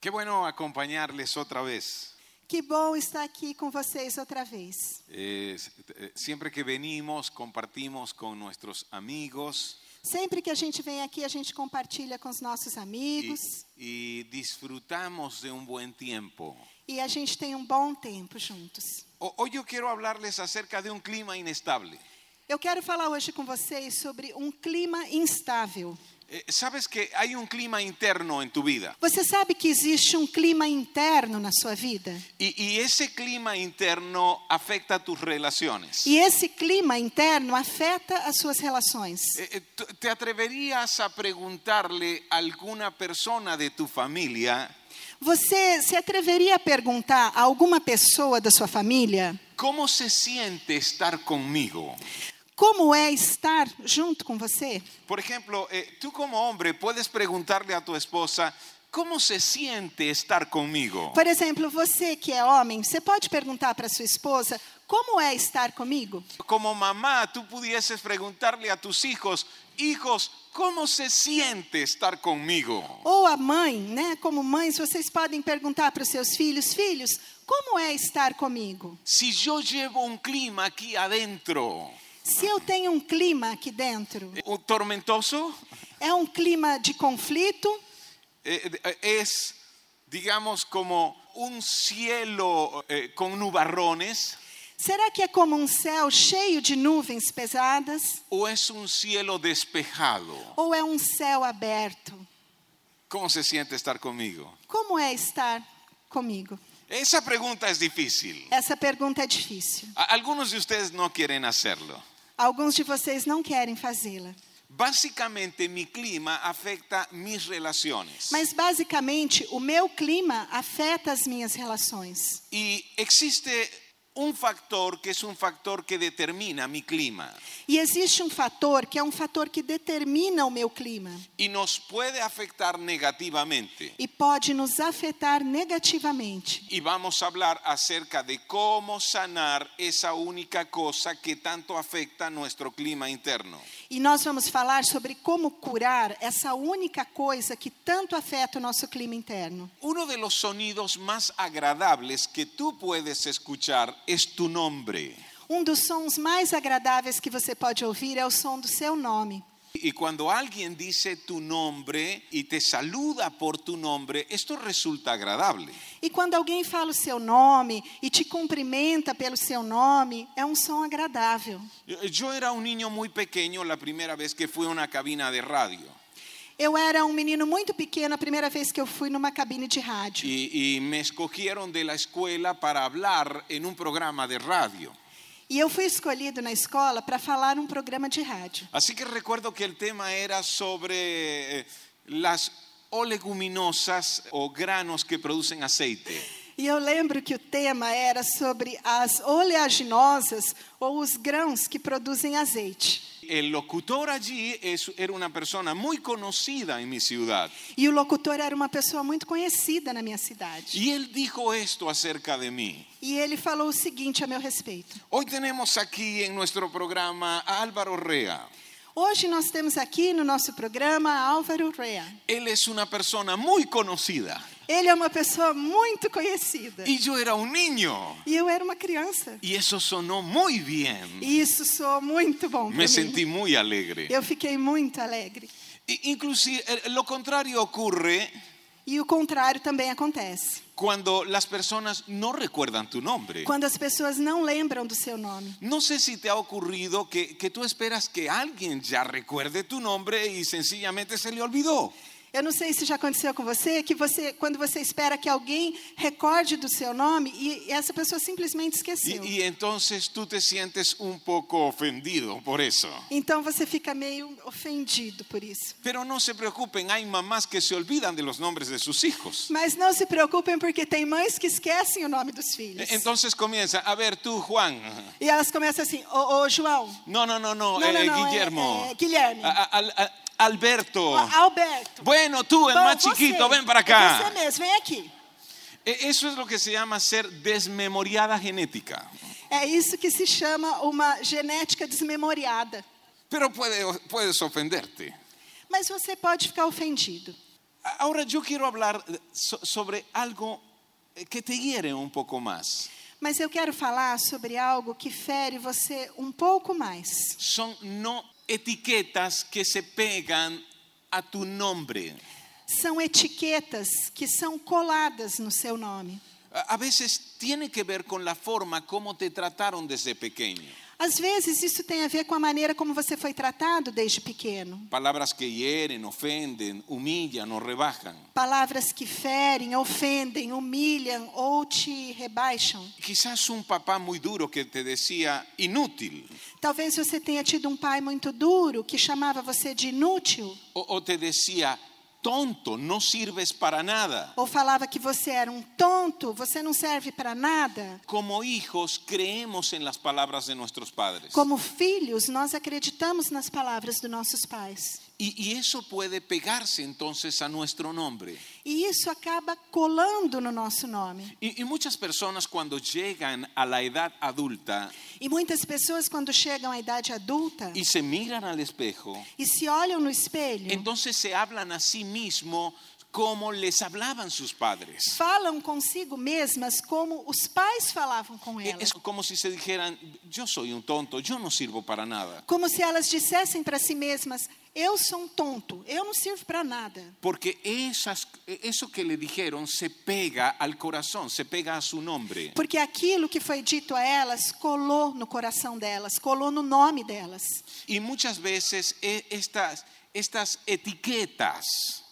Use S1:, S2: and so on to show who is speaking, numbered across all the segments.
S1: Qué bueno acompañarles otra vez.
S2: Que bom estar aqui com vocês outra vez.
S1: Eh, s- eh, siempre que venimos, compartimos con nuestros amigos
S2: Sempre que a gente vem aqui, a gente compartilha com os nossos
S1: y,
S2: amigos
S1: y disfrutamos de un buen tiempo.
S2: e a gente tem um bom tempo juntos.
S1: O- hoy yo quiero hablarles acerca de un clima inestable.
S2: Eu quero falar hoje com vocês sobre um clima instável.
S1: Eh, Sabes que hay un clima interno en tu vida
S2: Você sabe que existe um clima interno na sua vida?
S1: y, y ese clima interno afecta tus relaciones.
S2: E esse clima interno afeta as suas relações.
S1: Eh, eh, tú- ¿Te atreverías a preguntarle a alguna persona de tu familia
S2: Você se atreveria a perguntar a alguma pessoa da sua família
S1: cómo se siente estar conmigo?
S2: como é estar junto com você?
S1: Por ejemplo, eh, tú como hombre puedes preguntarle a tu esposa, ¿cómo se siente estar conmigo?
S2: Por exemplo, você que é homem, você pode perguntar para sua esposa como é estar comigo?
S1: Como mamá, tú pudieses preguntarle a tus hijos, hijos, ¿cómo se siente estar conmigo?
S2: Ou a mãe, né? Como mães, vocês podem perguntar para os seus filhos, filhos, como é estar comigo?
S1: Si yo llevo un clima aquí adentro,
S2: Se eu tenho um clima aqui dentro,
S1: eh, un tormentoso,
S2: é um clima de conflito,
S1: eh, eh, es, digamos, como un cielo eh, con nubarrones
S2: será que é como um céu cheio de nuvens pesadas
S1: o es un cielo despejado.
S2: ou é um céu aberto?
S1: ¿Cómo se siente estar conmigo?
S2: Como é estar comigo?
S1: Esa pregunta es difícil.
S2: Essa pergunta é difícil.
S1: A- Algunos de ustedes no quieren hacerlo.
S2: Alguns de vocês não querem fazê-la.
S1: Básicamente mi clima afecta mis relaciones.
S2: Mas basicamente, o meu clima afeta as minhas relações.
S1: Y existe un factor que es un factor que determina mi clima
S2: E existe um fator que é um fator que determina o meu clima
S1: y nos puede afectar negativamente.
S2: e pode nos afetar negativamente.
S1: Y vamos a hablar acerca de cómo sanar esa única cosa que tanto afecta nuestro clima interno.
S2: E nós vamos falar sobre como curar essa única coisa que tanto afeta o nosso clima interno.
S1: Uno de los sonidos más agradables que tú puedes escuchar es tu nombre.
S2: Um dos sons mais agradáveis que você pode ouvir é o som do seu nome.
S1: Y cuando alguien dice tu nombre y te saluda por tu nombre, esto resulta agradable.
S2: E quando alguém fala o seu nome e te cumprimenta pelo seu nome, é um som agradável.
S1: Yo- Yo era un niño muy pequeño la primera vez que fui a una cabina de radio
S2: Eu era um menino muito pequeno a primeira vez que eu fui numa cabine de rádio.
S1: y, y me escogieron de la escuela para hablar en un programa de radio.
S2: E eu fui escolhido na escola para falar num programa de rádio.
S1: Así que recuerdo que el tema era sobre eh, las oleguminosas o granos que producen aceite.
S2: E eu lembro que o tema era sobre as oleaginosas ou os grãos que produzem azeite.
S1: El locutor allí es- era una persona muy conocida en mi ciudad
S2: E o locutor era uma pessoa muito conhecida na minha cidade.
S1: y él dijo esto acerca de mí.
S2: E ele falou o seguinte a meu respeito:
S1: Hoy tenemos aquí en nuestro programa a Álvaro Rea.
S2: Hoje nós temos aqui no nosso programa Álvaro Rea.
S1: Él es una persona muy conocida
S2: Ele é uma pessoa muito conhecida.
S1: y yo era un niño
S2: E eu era uma criança.
S1: y eso sonó muy bien.
S2: E isso soou muito bom. pra
S1: Me
S2: mim.
S1: sentí muy alegre.
S2: Eu fiquei muito alegre.
S1: I- Inclusive eh, lo contrario ocurre
S2: E o contrário também acontece.
S1: cuando las personas no recuerdan tu nombre.
S2: Quando as pessoas não lembram do seu nome.
S1: No sé si te ha ocurrido que, que tú esperas que alguien ya recuerde tu nombre y sencillamente se le olvidó.
S2: Eu não sei se já aconteceu com você, que você, quando você espera que alguém recorde do seu nome e essa pessoa simplesmente
S1: Y,
S2: esqueceu.
S1: y entonces tú te sientes un poco ofendido por eso.
S2: Então você fica meio ofendido por isso.
S1: Pero no se preocupen, hay mamás que se olvidan de los nombres de sus hijos.
S2: Mas não se preocupem, porque tem mães que esquecem o nome dos filhos.
S1: E- Entonces comienza, a ver tú, Juan.
S2: E elas começam assim: Ô, ô João,
S1: No, no, no, no,
S2: No,
S1: eh,
S2: no, no,
S1: Guillermo.
S2: eh, eh, Guilherme. Ah,
S1: A- a- al- a- Alberto.
S2: Ó, Alberto.
S1: Bueno, tú, el
S2: Bom,
S1: más
S2: você, É
S1: chiquito, ven para
S2: Você
S1: acá.
S2: mesmo, vem aqui.
S1: E- Eso es lo que se llama ser desmemoriada genética.
S2: É isso que se chama uma genética desmemoriada.
S1: Pero puede- puedes ofenderte.
S2: Mas você pode ficar ofendido.
S1: Ahora yo quiero hablar so- sobre algo eh, que te hiere un poco más.
S2: Mas eu quero falar sobre algo que fere você um pouco mais.
S1: Son no etiquetas que se pegan a tu nombre.
S2: São etiquetas que são coladas no seu nome.
S1: A a veces tiene que ver con la forma como te trataron desde pequeño.
S2: Às vezes isso tem a ver com a maneira como você foi tratado desde pequeno.
S1: Palabras que hieren, ofenden, humillan o rebajan.
S2: Palavras que ferem, ofendem, humilham ou te rebaixam.
S1: Quizás un papá muy duro que te decía inútil
S2: Talvez você tenha tido um pai muito duro que chamava você de inútil,
S1: o, o te decía tonto, no sirves para nada.
S2: ou falava que você era um tonto, você não serve para nada.
S1: Como hijos creemos en las palabras de nuestros padres.
S2: Como filhos, nós acreditamos nas palavras dos nossos pais.
S1: Y, y eso puede pegarse entonces a nuestro nombre.
S2: E isso acaba colando no nosso nome.
S1: Y, y muchas personas cuando llegan a la edad adulta
S2: E muitas pessoas, quando chegam à idade adulta
S1: y se miran al espejo,
S2: e se olham no espelho,
S1: entonces se hablan a sí mismo como les hablaban sus padres.
S2: falam consigo mesmas como os pais falavam com
S1: E-
S2: elas.
S1: Es como si se dijeran, yo soy un tonto, yo no sirvo para nada.
S2: Como se elas dissessem para si mesmas: Eu sou um tonto, eu não sirvo para nada.
S1: Porque esas, e, eso que le dijeron se pega al corazón, se pega a su nombre.
S2: Porque aquilo que foi dito a elas colou no coração delas, colou no nome delas.
S1: Y muchas veces e- estas, estas etiquetas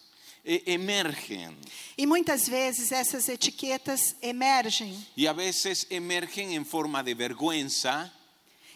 S1: eh, emergen.
S2: E muitas vezes essas etiquetas emergem.
S1: Y a veces emergen en forma de vergüenza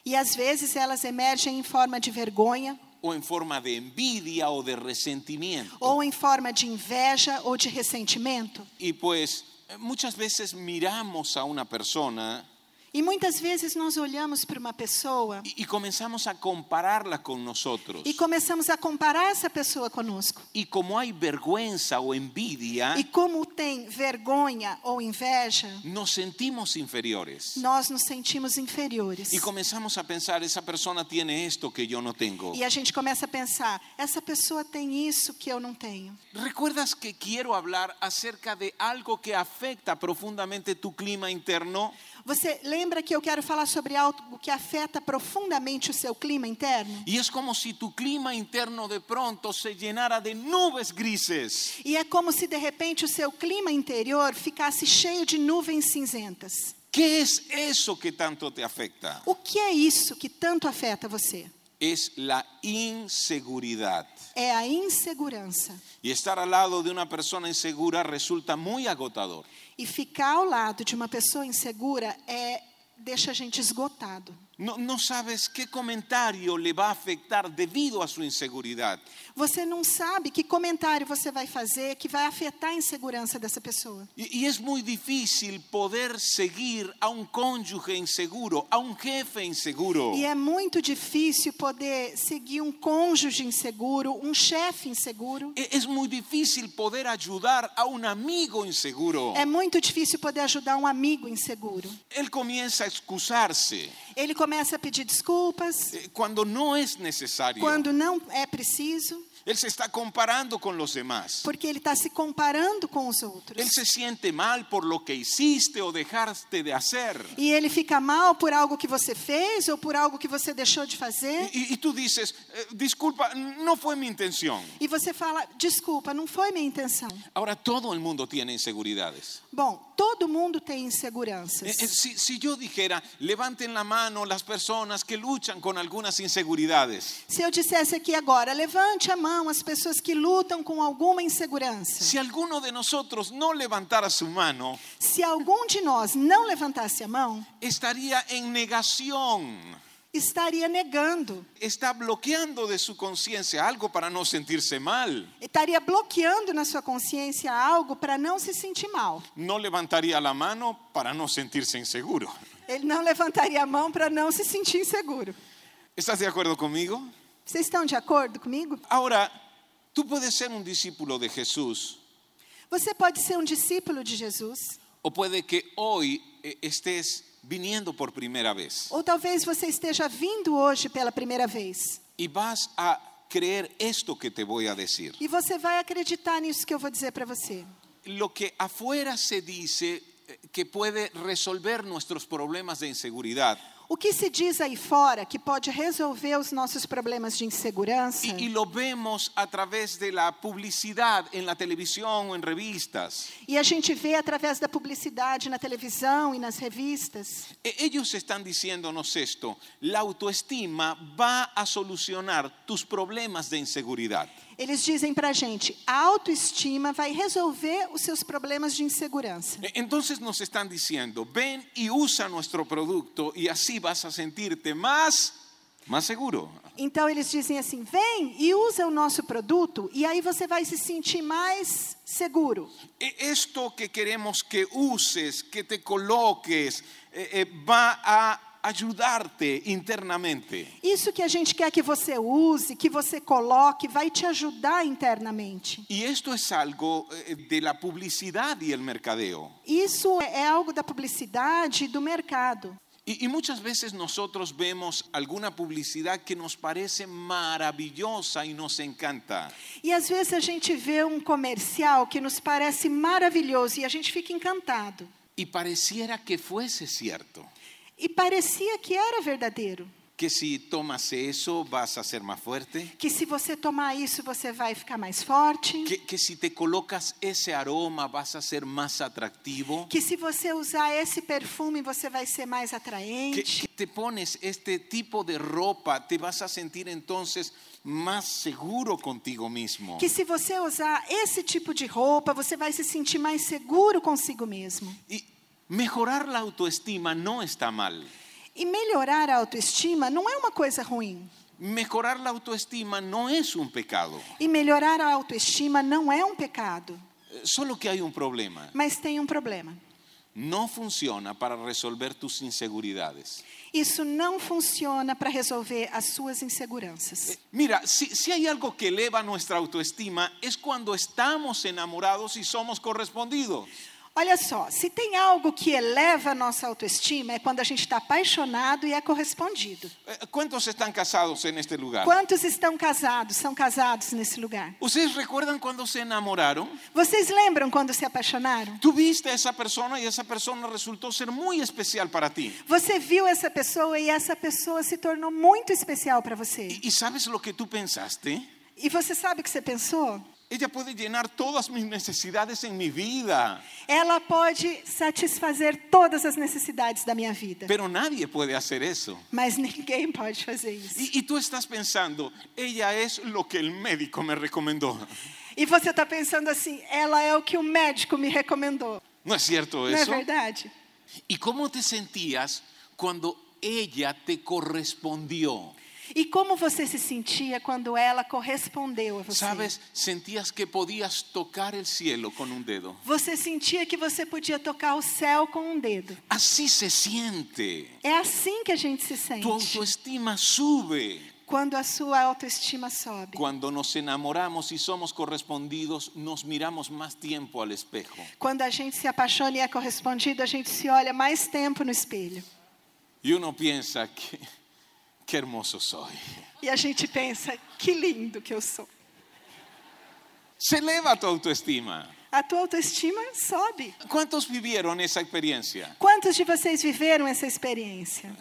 S2: E às vezes elas emergem em forma de vergonha,
S1: o en forma de envidia o de resentimiento.
S2: ou em forma de inveja ou de ressentimento.
S1: Y pues muchas veces miramos a una persona
S2: E muitas vezes nós olhamos para uma pessoa
S1: y, y comenzamos a compararla con nosotros.
S2: e começamos a comparar essa pessoa conosco.
S1: Y como hay vergüenza o envidia,
S2: E como tem vergonha ou inveja,
S1: nos sentimos inferiores.
S2: nós nos sentimos inferiores.
S1: Y comenzamos a pensar, esa persona tiene esto que yo no tengo.
S2: E a gente começa a pensar: essa pessoa tem isso que eu não tenho.
S1: ¿Recuerdas que quiero hablar acerca de algo que afecta profundamente tu clima interno?
S2: Você lembra que eu quero falar sobre algo que afeta profundamente o seu clima interno?
S1: Y es como si tu clima interno de pronto se llenara de nubes grises.
S2: E é como se de repente o seu clima interior ficasse cheio de nuvens cinzentas.
S1: ¿Qué es eso que tanto te afecta?
S2: O que é isso que tanto afeta você?
S1: Es la inseguridad.
S2: É a insegurança.
S1: Y estar al lado de una persona insegura resulta muy agotador.
S2: E ficar ao lado de uma pessoa insegura é deixa a gente esgotado.
S1: No, no sabes qué comentario le va a afectar debido a su inseguridad.
S2: Você não sabe que comentário você vai fazer que vai afetar a insegurança dessa pessoa.
S1: Y, y es muy difícil poder seguir a un cónyuge inseguro, a un jefe inseguro.
S2: E é muito difícil poder seguir um cônjuge inseguro, um chefe inseguro.
S1: E- Es muy difícil poder ayudar a un amigo inseguro.
S2: É muito difícil poder ajudar um amigo inseguro.
S1: Él comienza a excusarse
S2: Ele começa a pedir desculpas
S1: eh, cuando no es necesario.
S2: quando não é preciso,
S1: Él se está comparando con los demás.
S2: porque ele está se comparando com os outros.
S1: Él se siente mal por lo que hiciste o dejaste de hacer.
S2: E ele fica mal por algo que você fez ou por algo que você deixou de fazer.
S1: Y, y- y tú dices, eh, disculpa, no fue mi intención.
S2: E você fala: desculpa, não foi minha intenção.
S1: Ahora todo el mundo tiene inseguridades.
S2: Bom, todo mundo
S1: Eh,
S2: tem
S1: eh,
S2: inseguranças.
S1: Si, si yo dijera, levanten la mano las personas que luchan con algunas inseguridades.
S2: Se eu dissesse aqui agora, levante a mão as pessoas que lutam com alguma insegurança.
S1: Si alguno de nosotros no levantara su mano,
S2: Se algum de nós não levantasse a mão,
S1: estaría en negación.
S2: estaria negando,
S1: Está bloqueando de su conciencia algo para no sentirse mal.
S2: estaria bloqueando na sua consciência algo para não se sentir mal.
S1: No levantaría la mano para no sentirse inseguro.
S2: Ele não levantaria a mão para não se sentir inseguro.
S1: ¿Estás de acuerdo conmigo?
S2: Vocês estão de acordo comigo?
S1: Ahora, tú puedes ser un discípulo de Jesús
S2: Você pode ser um discípulo de Jesus,
S1: o puede que hoy eh, estés viniendo por primera vez
S2: ou talvez você esteja vindo hoje pela primeira vez
S1: y vas a creer esto que te voy a decir.
S2: E você vai acreditar nisso que eu vou dizer para você.
S1: Lo que afuera se dice eh, que puede resolver nuestros problemas de inseguridad
S2: O que se diz aí fora que pode resolver os nossos problemas de insegurança?
S1: y, y lo vemos a través de la publicidad en la televisión o en revistas.
S2: E a gente vê através da publicidade na televisão e nas revistas.
S1: E- Ellos están diciéndonos esto, la autoestima va a solucionar tus problemas de inseguridad.
S2: Eles dizem para a gente: a autoestima vai resolver os seus problemas de insegurança.
S1: E- Entonces nos están diciendo, ven y usa nuestro producto y así vas a sentirte más, más seguro.
S2: Então eles dizem assim: vem e usa o nosso produto, e aí você vai se sentir mais seguro.
S1: E- Esto que queremos que uses, que te coloques, eh, eh, va a ayudarte internamente.
S2: Isso que a gente quer que você use, que você coloque, vai te ajudar internamente.
S1: Y esto es algo eh, de la publicidad y el mercadeo.
S2: Isso é é algo da publicidade e do mercado.
S1: Y, y muchas veces nosotros vemos alguna publicidad que nos parece maravillosa y nos encanta.
S2: E às vezes a gente vê um comercial que nos parece maravilhoso e a gente fica encantado.
S1: Y pareciera que fuese cierto,
S2: E parecia que era verdadeiro.
S1: que si tomas eso vas a ser más fuerte,
S2: Que se você tomar isso, você vai ficar mais forte. Que,
S1: que, que si te colocas ese aroma vas a ser más atractivo,
S2: se você usar esse perfume, você vai ser mais
S1: que,
S2: atraente.
S1: que te pones este tipo de ropa te vas a sentir entonces más seguro contigo mismo.
S2: Que se você usar esse tipo de roupa, você vai se sentir mais seguro consigo mesmo.
S1: Y mejorar la autoestima no está mal.
S2: E melhorar a autoestima não é uma coisa ruim.
S1: Mejorar la autoestima no es un pecado,
S2: E melhorar a autoestima não é um pecado,
S1: Eh, solo que hay un problema.
S2: mas tem um problema.
S1: No funciona para resolver tus inseguridades.
S2: Isso não funciona para resolver as suas inseguranças.
S1: Mira, si, si hay algo que eleva nuestra autoestima es cuando estamos enamorados y somos correspondidos.
S2: Olha só, se tem algo que eleva a nossa autoestima é quando a gente está apaixonado e é correspondido.
S1: Eh, ¿Cuántos están casados en este lugar?
S2: Quantos estão casados, são casados nesse lugar?
S1: ¿Ustedes recuerdan cuando se enamoraron?
S2: Vocês lembram quando se apaixonaram?
S1: Tú viste a esa persona y esa persona resultó ser muy especial para ti.
S2: Você viu essa pessoa e essa pessoa se tornou muito especial para você.
S1: ¿Y, y sabes lo que tú pensaste?
S2: E você sabe o que você pensou?
S1: Ella puede llenar todas mis necesidades en mi vida.
S2: Ela pode satisfazer todas as necessidades da minha vida.
S1: Pero nadie puede hacer eso.
S2: Mas ninguém pode fazer isso.
S1: Y, y tú estás pensando, ella es lo que el médico me recomendó.
S2: E você está pensando assim, ela é o que o médico me recomendou.
S1: ¿No es cierto
S2: Não é
S1: eso?
S2: verdade?
S1: ¿Y cómo te sentías cuando ella te correspondió?
S2: E como você se sentia quando ela correspondeu a
S1: Pues
S2: você?
S1: ¿Sabes? Sentías que podías tocar el cielo con un dedo.
S2: Você sentia que você podia tocar o céu com um dedo.
S1: Así se siente.
S2: É assim que a gente se
S1: Tu
S2: sente
S1: autoestima sube.
S2: quando a sua autoestima sobe.
S1: Cuando nos enamoramos y somos correspondidos, nos miramos más tiempo al espejo.
S2: Quando a gente se apaixona e é correspondido, a gente se olha mais tempo no espelho.
S1: Y uno piensa, que, qué hermoso soy.
S2: E a gente pensa, que lindo que eu sou.
S1: Se eleva tu autoestima.
S2: A tua autoestima sobe.
S1: ¿Cuántos vivieron esa experiencia?
S2: Quantos de vocês viveram essa experiência?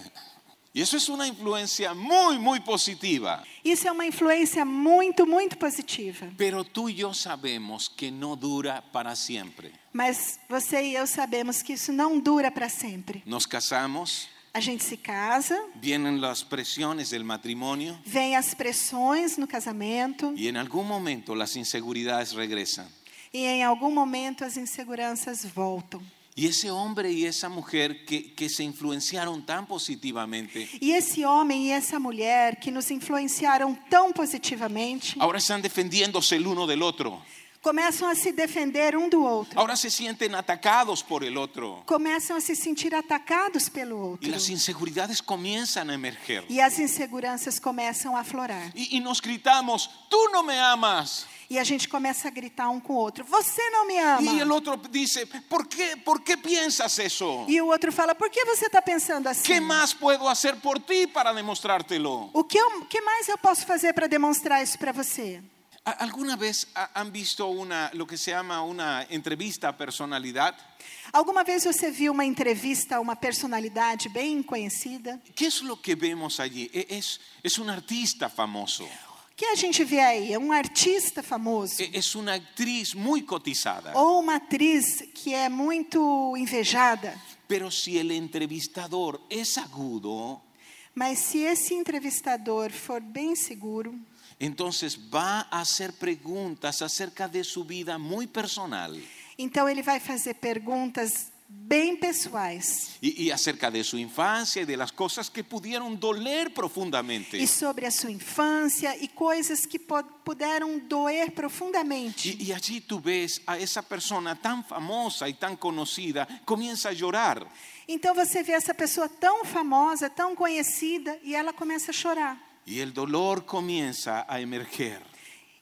S1: Y eso es una influencia muy, muy positiva.
S2: Isso é uma influência muito, muito positiva.
S1: Pero tú y yo sabemos que no dura para siempre.
S2: Mas você e eu sabemos que isso não dura para sempre.
S1: Nos casamos,
S2: A gente se casa,
S1: vienen las presiones del matrimonio
S2: vem as pressões no casamento
S1: y en algún momento las inseguridades regresan.
S2: e em algum momento as inseguranças voltam.
S1: Y ese hombre y esa mujer que, que se influenciaron tan positivamente,
S2: E esse homem e essa mulher que nos influenciaram tão positivamente
S1: ahora están defendiéndose el uno del otro.
S2: começam a se defender um do outro,
S1: Ahora se sienten atacados por el otro.
S2: começam a se sentir atacados pelo
S1: Y
S2: outro.
S1: las inseguridades comienzan a emerger.
S2: E as inseguranças começam a aflorar.
S1: Y, y nos gritamos, tú no me amas.
S2: E a gente começa a gritar um com o outro: Você não me ama.
S1: Y el otro dice, ¿por qué, por qué piensas eso?
S2: E o outro fala: Por que você está pensando assim?
S1: ¿Qué más puedo hacer por ti para demostrártelo?
S2: O que, eu, que mais eu posso fazer para demonstrar isso para você?
S1: ¿A- ¿Alguna vez ha- han visto una, lo que se llama una entrevista a personalidad?
S2: Alguma vez você viu uma entrevista a uma personalidade bem conhecida?
S1: ¿Qué es lo que vemos allí? E- Es, es un artista famoso,
S2: O que a gente vê aí? É um artista famoso
S1: e- es una actriz muy cotizada,
S2: ou uma atriz que é muito invejada?
S1: pero si el entrevistador es agudo,
S2: Mas se esse entrevistador for bem seguro,
S1: entonces va a hacer preguntas acerca de su vida muy personal
S2: então ele vai fazer perguntas bem pessoais
S1: y, y acerca de su infancia y de las cosas que pudieron doler
S2: e
S1: profundamente.
S2: sobre a sua infância e coisas que po- puderam doer profundamente.
S1: Y, y allí tú ves a esa persona tan famosa y tan conocida, comienza a llorar.
S2: Então você vê essa pessoa tão famosa, tão conhecida, e ela começa a chorar.
S1: Y el dolor comienza a emerger.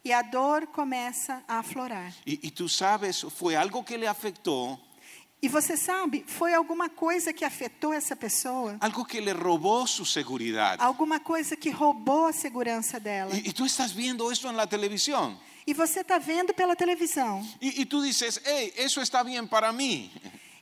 S2: E a dor começa a aflorar.
S1: Y, y tú sabes, fue algo que le afectó,
S2: E você sabe, foi alguma coisa que afetou essa pessoa,
S1: algo que le robó su seguridad.
S2: alguma coisa que roubou a segurança dela.
S1: Y, y tú estás viendo esto en la televisión.
S2: E você está vendo pela televisão,
S1: Y, y tú dices, hey, eso está bien para mí.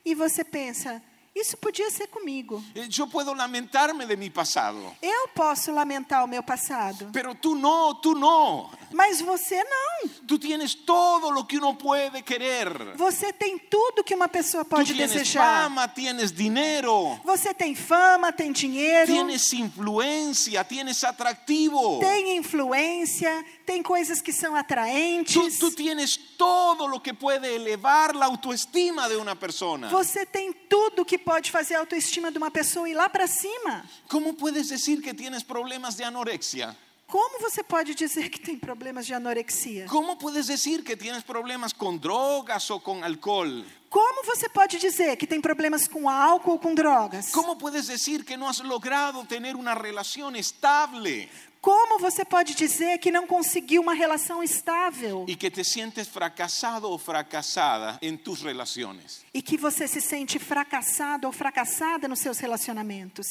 S2: e você pensa: isso podia ser comigo.
S1: Eh, Yo puedo lamentarme de mi pasado.
S2: Eu posso lamentar o meu passado,
S1: Pero tú no, tú no.
S2: mas você não.
S1: Tú tienes todo lo que uno puede querer.
S2: Você tem tudo que uma pessoa pode
S1: tú tienes
S2: desejar.
S1: fama, tienes dinero.
S2: Você tem fama, tem dinheiro.
S1: Tienes influencia, tienes atractivo.
S2: tem influência, tem coisas que são
S1: Tú,
S2: atraentes.
S1: tú tienes todo lo que puede elevar la autoestima de una persona.
S2: Você tem tudo que pode fazer a autoestima de uma pessoa ir lá para cima.
S1: ¿Cómo puedes decir que tienes problemas de anorexia?
S2: Como você pode dizer que tem problemas de anorexia?
S1: ¿Cómo puedes decir que tienes problemas con drogas o con alcohol?
S2: Como você pode dizer que tem problemas com álcool ou com drogas?
S1: ¿Cómo puedes decir que no has logrado tener una relación estable
S2: Como você pode dizer que não conseguiu uma relação estável
S1: y que te sientes fracasado o fracasada en tus relaciones?
S2: e que você se sente fracassado ou fracassada nos seus relacionamentos?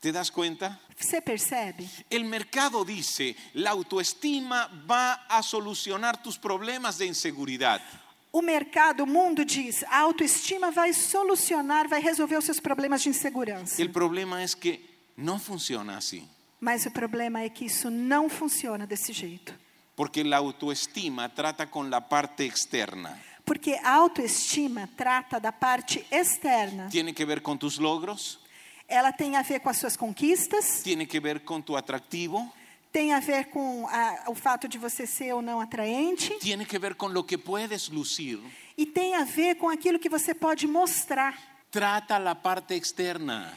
S1: ¿Te das cuenta?
S2: Você percebe?
S1: El mercado dice, la autoestima va a solucionar tus problemas de inseguridad.
S2: O mercado, o mundo diz, a autoestima vai solucionar, vai resolver os seus problemas de insegurança.
S1: El problema es que no funciona así,
S2: Mas o problema é que isso não funciona desse jeito.
S1: porque la autoestima trata con la parte externa.
S2: Porque a autoestima trata da parte externa.
S1: Tiene que ver con tus logros,
S2: Ela tem a ver com as suas conquistas,
S1: tiene que ver con tu atractivo,
S2: tem a ver com a- o fato de você ser ou não atraente,
S1: tiene que ver con lo que puedes lucir.
S2: e tem a ver com aquilo que você pode mostrar.
S1: Trata la parte externa,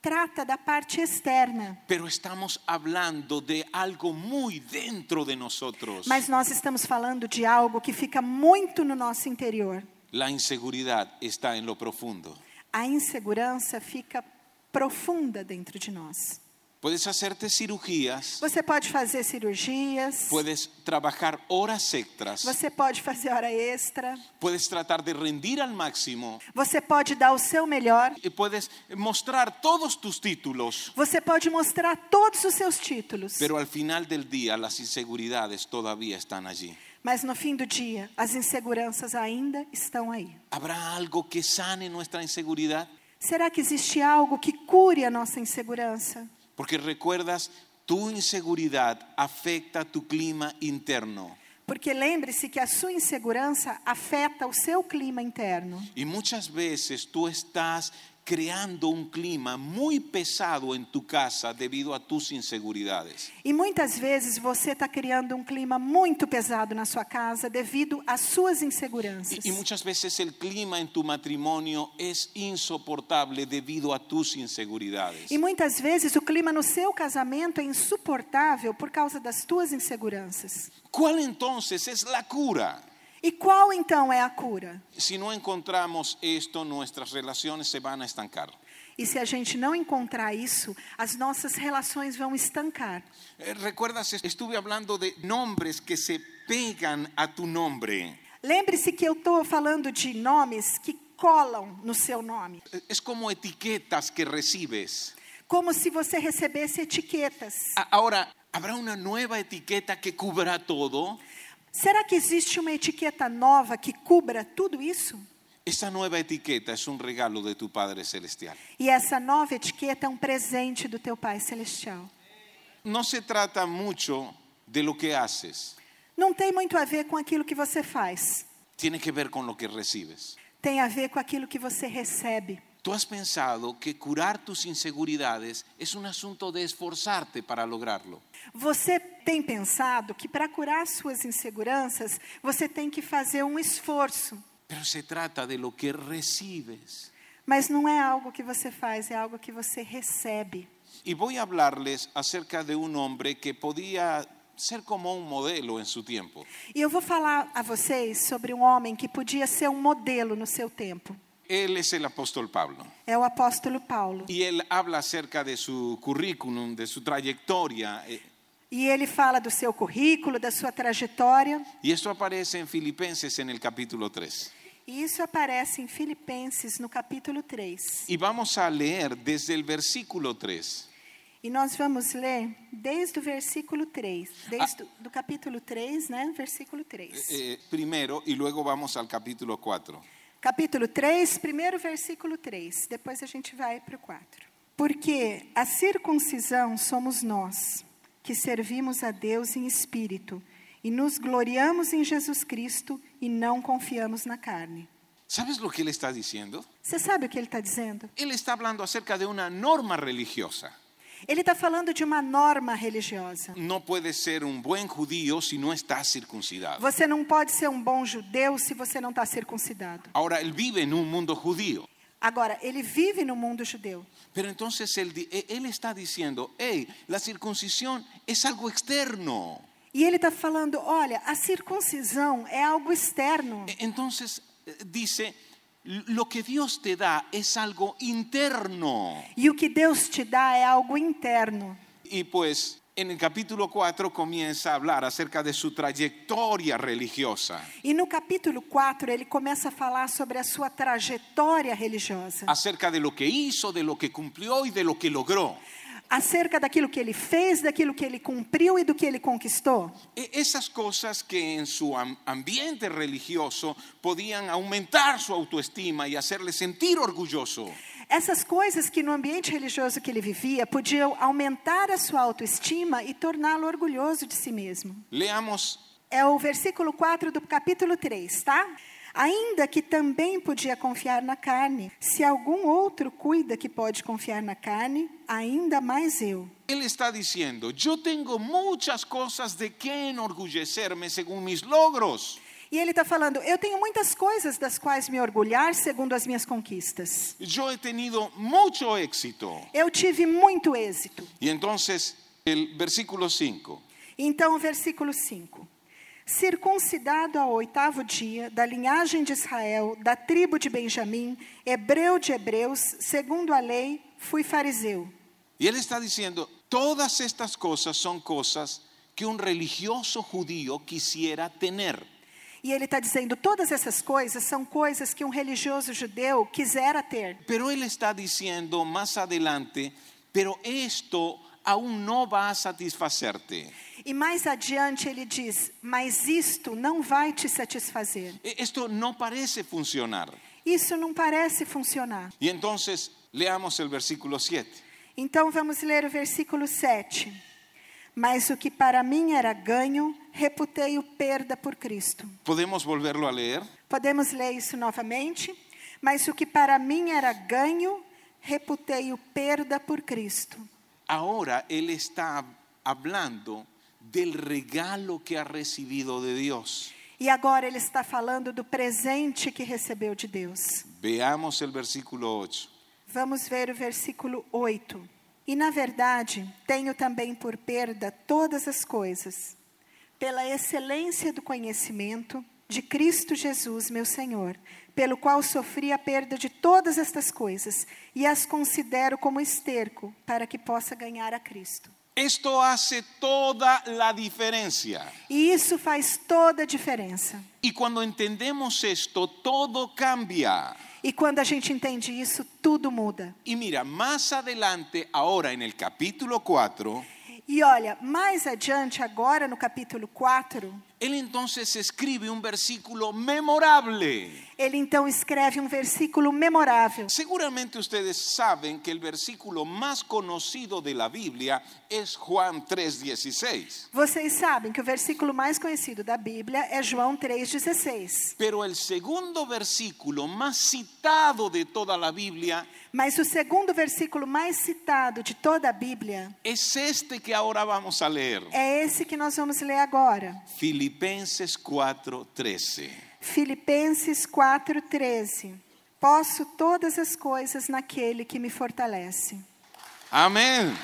S2: Trata da parte externa.
S1: pero estamos hablando de algo muy dentro de nosotros.
S2: Mas nós estamos falando de algo que fica muito no nosso interior.
S1: La inseguridad está en lo profundo.
S2: A insegurança fica profunda dentro de nós.
S1: Puedes hacerte cirugías,
S2: Você pode fazer cirurgias,
S1: puedes trabajar horas extras,
S2: você pode fazer hora extra,
S1: puedes tratar de rendir al máximo,
S2: você pode dar o seu melhor,
S1: y puedes mostrar todos tus títulos,
S2: você pode mostrar todos os seus títulos,
S1: pero al final del día las inseguridades todavía están allí.
S2: mas no fim do dia, as inseguranças ainda estão aí.
S1: ¿Habrá algo que sane nuestra inseguridad?
S2: Será que existe algo que cure a nossa insegurança?
S1: Porque recuerdas, tu inseguridad afecta tu clima interno.
S2: Porque lembre-se que a sua insegurança afeta o seu clima interno.
S1: Y muchas veces tú estás creando un clima muy pesado en tu casa debido a tus inseguridades.
S2: E muitas vezes você está criando um clima muito pesado na sua casa devido às suas inseguranças.
S1: Y, y muchas veces el clima en tu matrimonio es insoportable debido a tus inseguridades.
S2: E muitas vezes o clima no seu casamento é insuportável por causa das tuas inseguranças.
S1: ¿Cuál entonces es la cura?
S2: E qual então é a cura?
S1: Si no encontramos esto, nuestras relaciones se van a estancar.
S2: E se a gente não encontrar isso, as nossas relações vão estancar.
S1: Eh, Recuerdas, estuve hablando de nombres que se pegan a tu nombre.
S2: Lembre-se que eu estou falando de nomes que colam no seu nome,
S1: Eh, Es como etiquetas que recibes.
S2: como se você recebesse etiquetas.
S1: A- Ahora, ¿habrá una nueva etiqueta que cubra todo?
S2: Será que existe uma etiqueta nova que cubra tudo isso?
S1: Esa nueva etiqueta es un regalo de tu Padre Celestial.
S2: E essa nova etiqueta é um presente do teu Pai Celestial.
S1: No se trata mucho de lo que haces,
S2: Não tem muito a ver com aquilo que você faz,
S1: tiene que ver con lo que recibes.
S2: tem a ver com aquilo que você recebe.
S1: Tú has pensado que curar tus inseguridades es un asunto de esforzarte para lograrlo.
S2: Você tem pensado que para curar suas inseguranças, você tem que fazer um esforço,
S1: Pero se trata de lo que recibes.
S2: mas não é algo que você faz, é algo que você recebe.
S1: Y voy a hablarles acerca de un hombre que podía ser como un modelo en su tiempo.
S2: E eu vou falar a vocês sobre um homem que podia ser um modelo no seu tempo.
S1: Él es el apóstol Pablo.
S2: É o apóstolo Paulo.
S1: Y él habla acerca de su currículum, de su trayectoria. eh,
S2: E ele fala do seu currículo, da sua trajetória.
S1: Y esto aparece en Filipenses en el capítulo 3.
S2: E isso aparece em Filipenses, no capítulo 3.
S1: Y vamos a leer desde el versículo 3.
S2: E nós vamos ler desde o versículo 3. Desde o do capítulo 3, né? Versículo 3.
S1: eh, primero y luego vamos al capítulo 4.
S2: Capítulo 3, primeiro versículo 3. Depois a gente vai para o 4. Porque a circuncisão somos nós, que servimos a Deus em espírito, e nos gloriamos em Jesus Cristo e não confiamos na carne.
S1: ¿Sabes lo que él está diciendo?
S2: Você sabe o que ele está dizendo?
S1: Él está hablando acerca de una norma religiosa.
S2: Ele está falando de uma norma religiosa.
S1: No puedes ser un buen judío si no estás circuncidado.
S2: Você não pode ser um bom judeu se você não está circuncidado.
S1: Ahora, él vive en un mundo judío.
S2: Agora, ele vive no mundo judeu.
S1: Pero entonces él, di- e- él está diciendo, hey, la circuncisión es algo externo.
S2: E ele está falando: olha, a circuncisão é algo externo.
S1: E- Entonces eh, dice, lo que Dios te da es algo interno.
S2: E o que Deus te dá é algo interno.
S1: Y pues en el capítulo 4 comienza a hablar acerca de su trayectoria religiosa,
S2: E no capítulo 4, ele começa a falar sobre a sua trajetória religiosa,
S1: acerca de lo que hizo, de lo que cumplió y de lo que logró.
S2: acerca daquilo que ele fez, daquilo que ele cumpriu e do que ele conquistou.
S1: E- Esas cosas que en su am- ambiente religioso podían aumentar su autoestima y hacerle sentir orgulloso.
S2: Essas coisas que no ambiente religioso que ele vivia podiam aumentar a sua autoestima e torná-lo orgulhoso de si mesmo.
S1: Leamos
S2: É o versículo 4 do capítulo 3, tá? Ainda que também podia confiar na carne, se algum outro cuida que pode confiar na carne, ainda mais eu.
S1: Él está diciendo, yo tengo muchas cosas de qué enorgullecerme según mis logros.
S2: E ele está falando: eu tenho muitas coisas das quais me orgulhar segundo as minhas conquistas.
S1: Yo he tenido mucho éxito.
S2: Eu tive muito êxito.
S1: Y entonces el versículo 5,
S2: Então, o versículo 5. Circuncidado ao oitavo dia, da linhagem de Israel, da tribo de Benjamim, hebreu de hebreus, segundo a lei, fui fariseu.
S1: y él está diciendo, todas estas cosas son cosas que un religioso judío quisiera tener.
S2: E ele está dizendo: todas essas coisas são coisas que um religioso judeu quisera ter.
S1: Pero él está diciendo más adelante, pero esto aún no va a satisfacerte.
S2: E mais adiante ele diz: mas isto não vai te satisfazer.
S1: E- Esto no parece funcionar.
S2: Isso não parece funcionar.
S1: Y entonces leamos el versículo 7.
S2: Então vamos ler o versículo 7. Mas o que para mim era ganho, reputei-o perda por Cristo.
S1: ¿Podemos volverlo a leer?
S2: Podemos ler isso novamente? Mas o que para mim era ganho, reputei-o perda por Cristo.
S1: Ahora él está hablando del regalo que ha recibido de Dios.
S2: E agora ele está falando do presente que recebeu de Deus.
S1: Veamos el versículo 8.
S2: Vamos ver o versículo 8. E na verdade, tenho também por perda todas as coisas, pela excelência do conhecimento de Cristo Jesus, meu Senhor, pelo qual sofri a perda de todas estas coisas e as considero como esterco para que possa ganhar a Cristo.
S1: Esto hace toda la diferencia.
S2: E isso faz toda a diferença.
S1: Y cuando entendemos esto, todo cambia.
S2: E quando a gente entende isso, tudo muda.
S1: Y mira, más adelante, ahora en el capítulo 4,
S2: E olha, mais adiante, agora no capítulo 4,
S1: él entonces escribe un versículo memorable.
S2: ele então escreve um versículo memorável.
S1: Seguramente ustedes saben que el versículo más conocido de la Biblia es Juan 3:16.
S2: Vocês sabem que o versículo mais conhecido da Bíblia é João 3,16.
S1: Pero el segundo versículo más citado de toda la Biblia
S2: Mas o segundo versículo mais citado de toda a Bíblia
S1: es este que ahora vamos a leer.
S2: é esse que nós vamos ler agora.
S1: Filipenses 4:13.
S2: Filipenses 4,13. Posso todas as coisas naquele que me fortalece.
S1: Amén.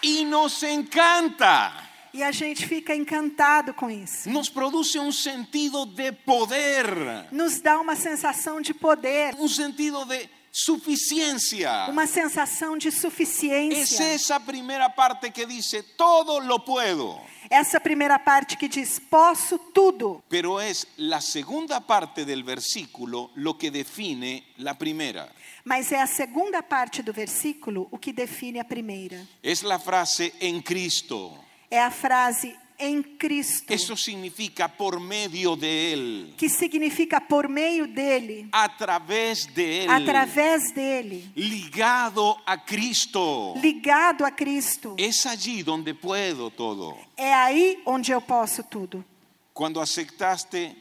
S1: Y nos encanta.
S2: E a gente fica encantado com isso.
S1: Nos produce un sentido de poder,
S2: Nos dá uma sensação de poder,
S1: un sentido de suficiencia.
S2: uma sensação de
S1: Es
S2: suficiência.
S1: esa primera parte que dice, todo lo puedo.
S2: Essa primeira parte que diz: Posso tudo.
S1: Pero es la segunda parte del versículo lo que define la primera.
S2: Mas é a segunda parte do versículo o que define a primeira.
S1: Es la frase en Cristo.
S2: É a frase em Cristo,
S1: Eso significa por medio de Él,
S2: que significa por meio dele,
S1: a través de Él,
S2: através dele,
S1: ligado a Cristo.
S2: ligado a Cristo.
S1: Es allí donde puedo todo.
S2: É aí onde eu posso tudo.
S1: Cuando aceptaste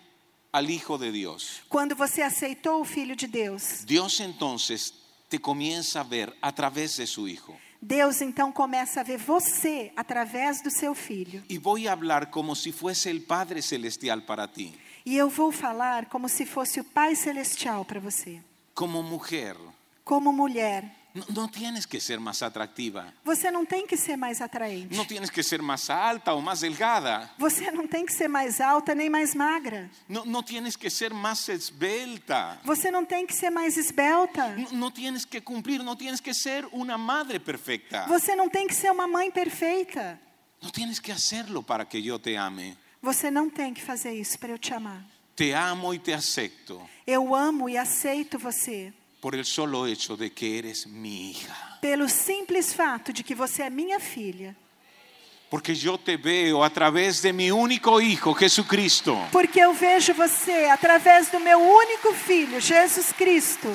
S1: al Hijo de Dios,
S2: Quando você aceitou o Filho de Deus,
S1: Dios entonces te comienza a ver a través de su Hijo.
S2: Deus então começa a ver você através do seu filho.
S1: Y voy a hablar como si fuese el Padre Celestial para ti.
S2: E eu vou falar como se fosse o Pai Celestial para você.
S1: Como mujer,
S2: Como mulher,
S1: no, no tienes que ser más atractiva,
S2: você não tem que ser mais atraente.
S1: no tienes que ser más alta o más delgada,
S2: Você não tem que ser mais alta nem mais magra.
S1: no, no tienes que ser más esbelta,
S2: Você não tem que ser mais esbelta.
S1: no, no tienes que cumplir, no tienes que ser una madre perfecta,
S2: Você não tem que ser uma mãe perfeita.
S1: no tienes que hacerlo para que yo te ame.
S2: Você não tem que fazer isso para eu te amar.
S1: Te amo y te acepto
S2: Eu amo e aceito você
S1: por el solo hecho de que eres mi hija,
S2: pelo simples fato de que você é minha filha.
S1: porque yo te veo a través de mi único hijo, Jesucristo.
S2: Porque eu vejo você através do meu único filho, Jesus Cristo.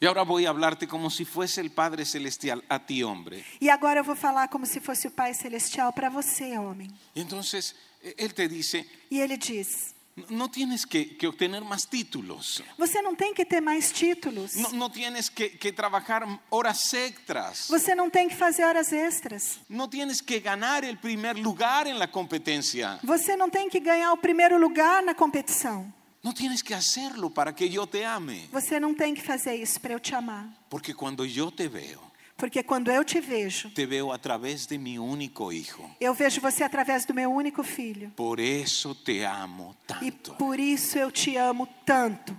S1: Y ahora voy a hablarte como si fuese el Padre Celestial a ti, hombre.
S2: E agora eu vou falar como se fosse o Pai Celestial para você, homem.
S1: Y entonces eh, Él te dice,
S2: E ele diz:
S1: no tienes que, que obtener más títulos,
S2: Você não tem que ter mais títulos.
S1: no, no tienes que, que trabajar horas extras,
S2: Você não tem que fazer horas extras.
S1: no tienes que ganar el primer lugar en la competencia,
S2: Você não tem que ganhar o primeiro lugar na competição.
S1: no tienes que hacerlo para que yo te ame,
S2: Você não tem que fazer isso para eu te amar.
S1: porque cuando yo te veo,
S2: Porque quando eu te vejo,
S1: te veo a través de mi único hijo.
S2: eu vejo você através do meu único filho.
S1: Por eso te amo
S2: E
S1: tanto.
S2: por isso eu te amo tanto.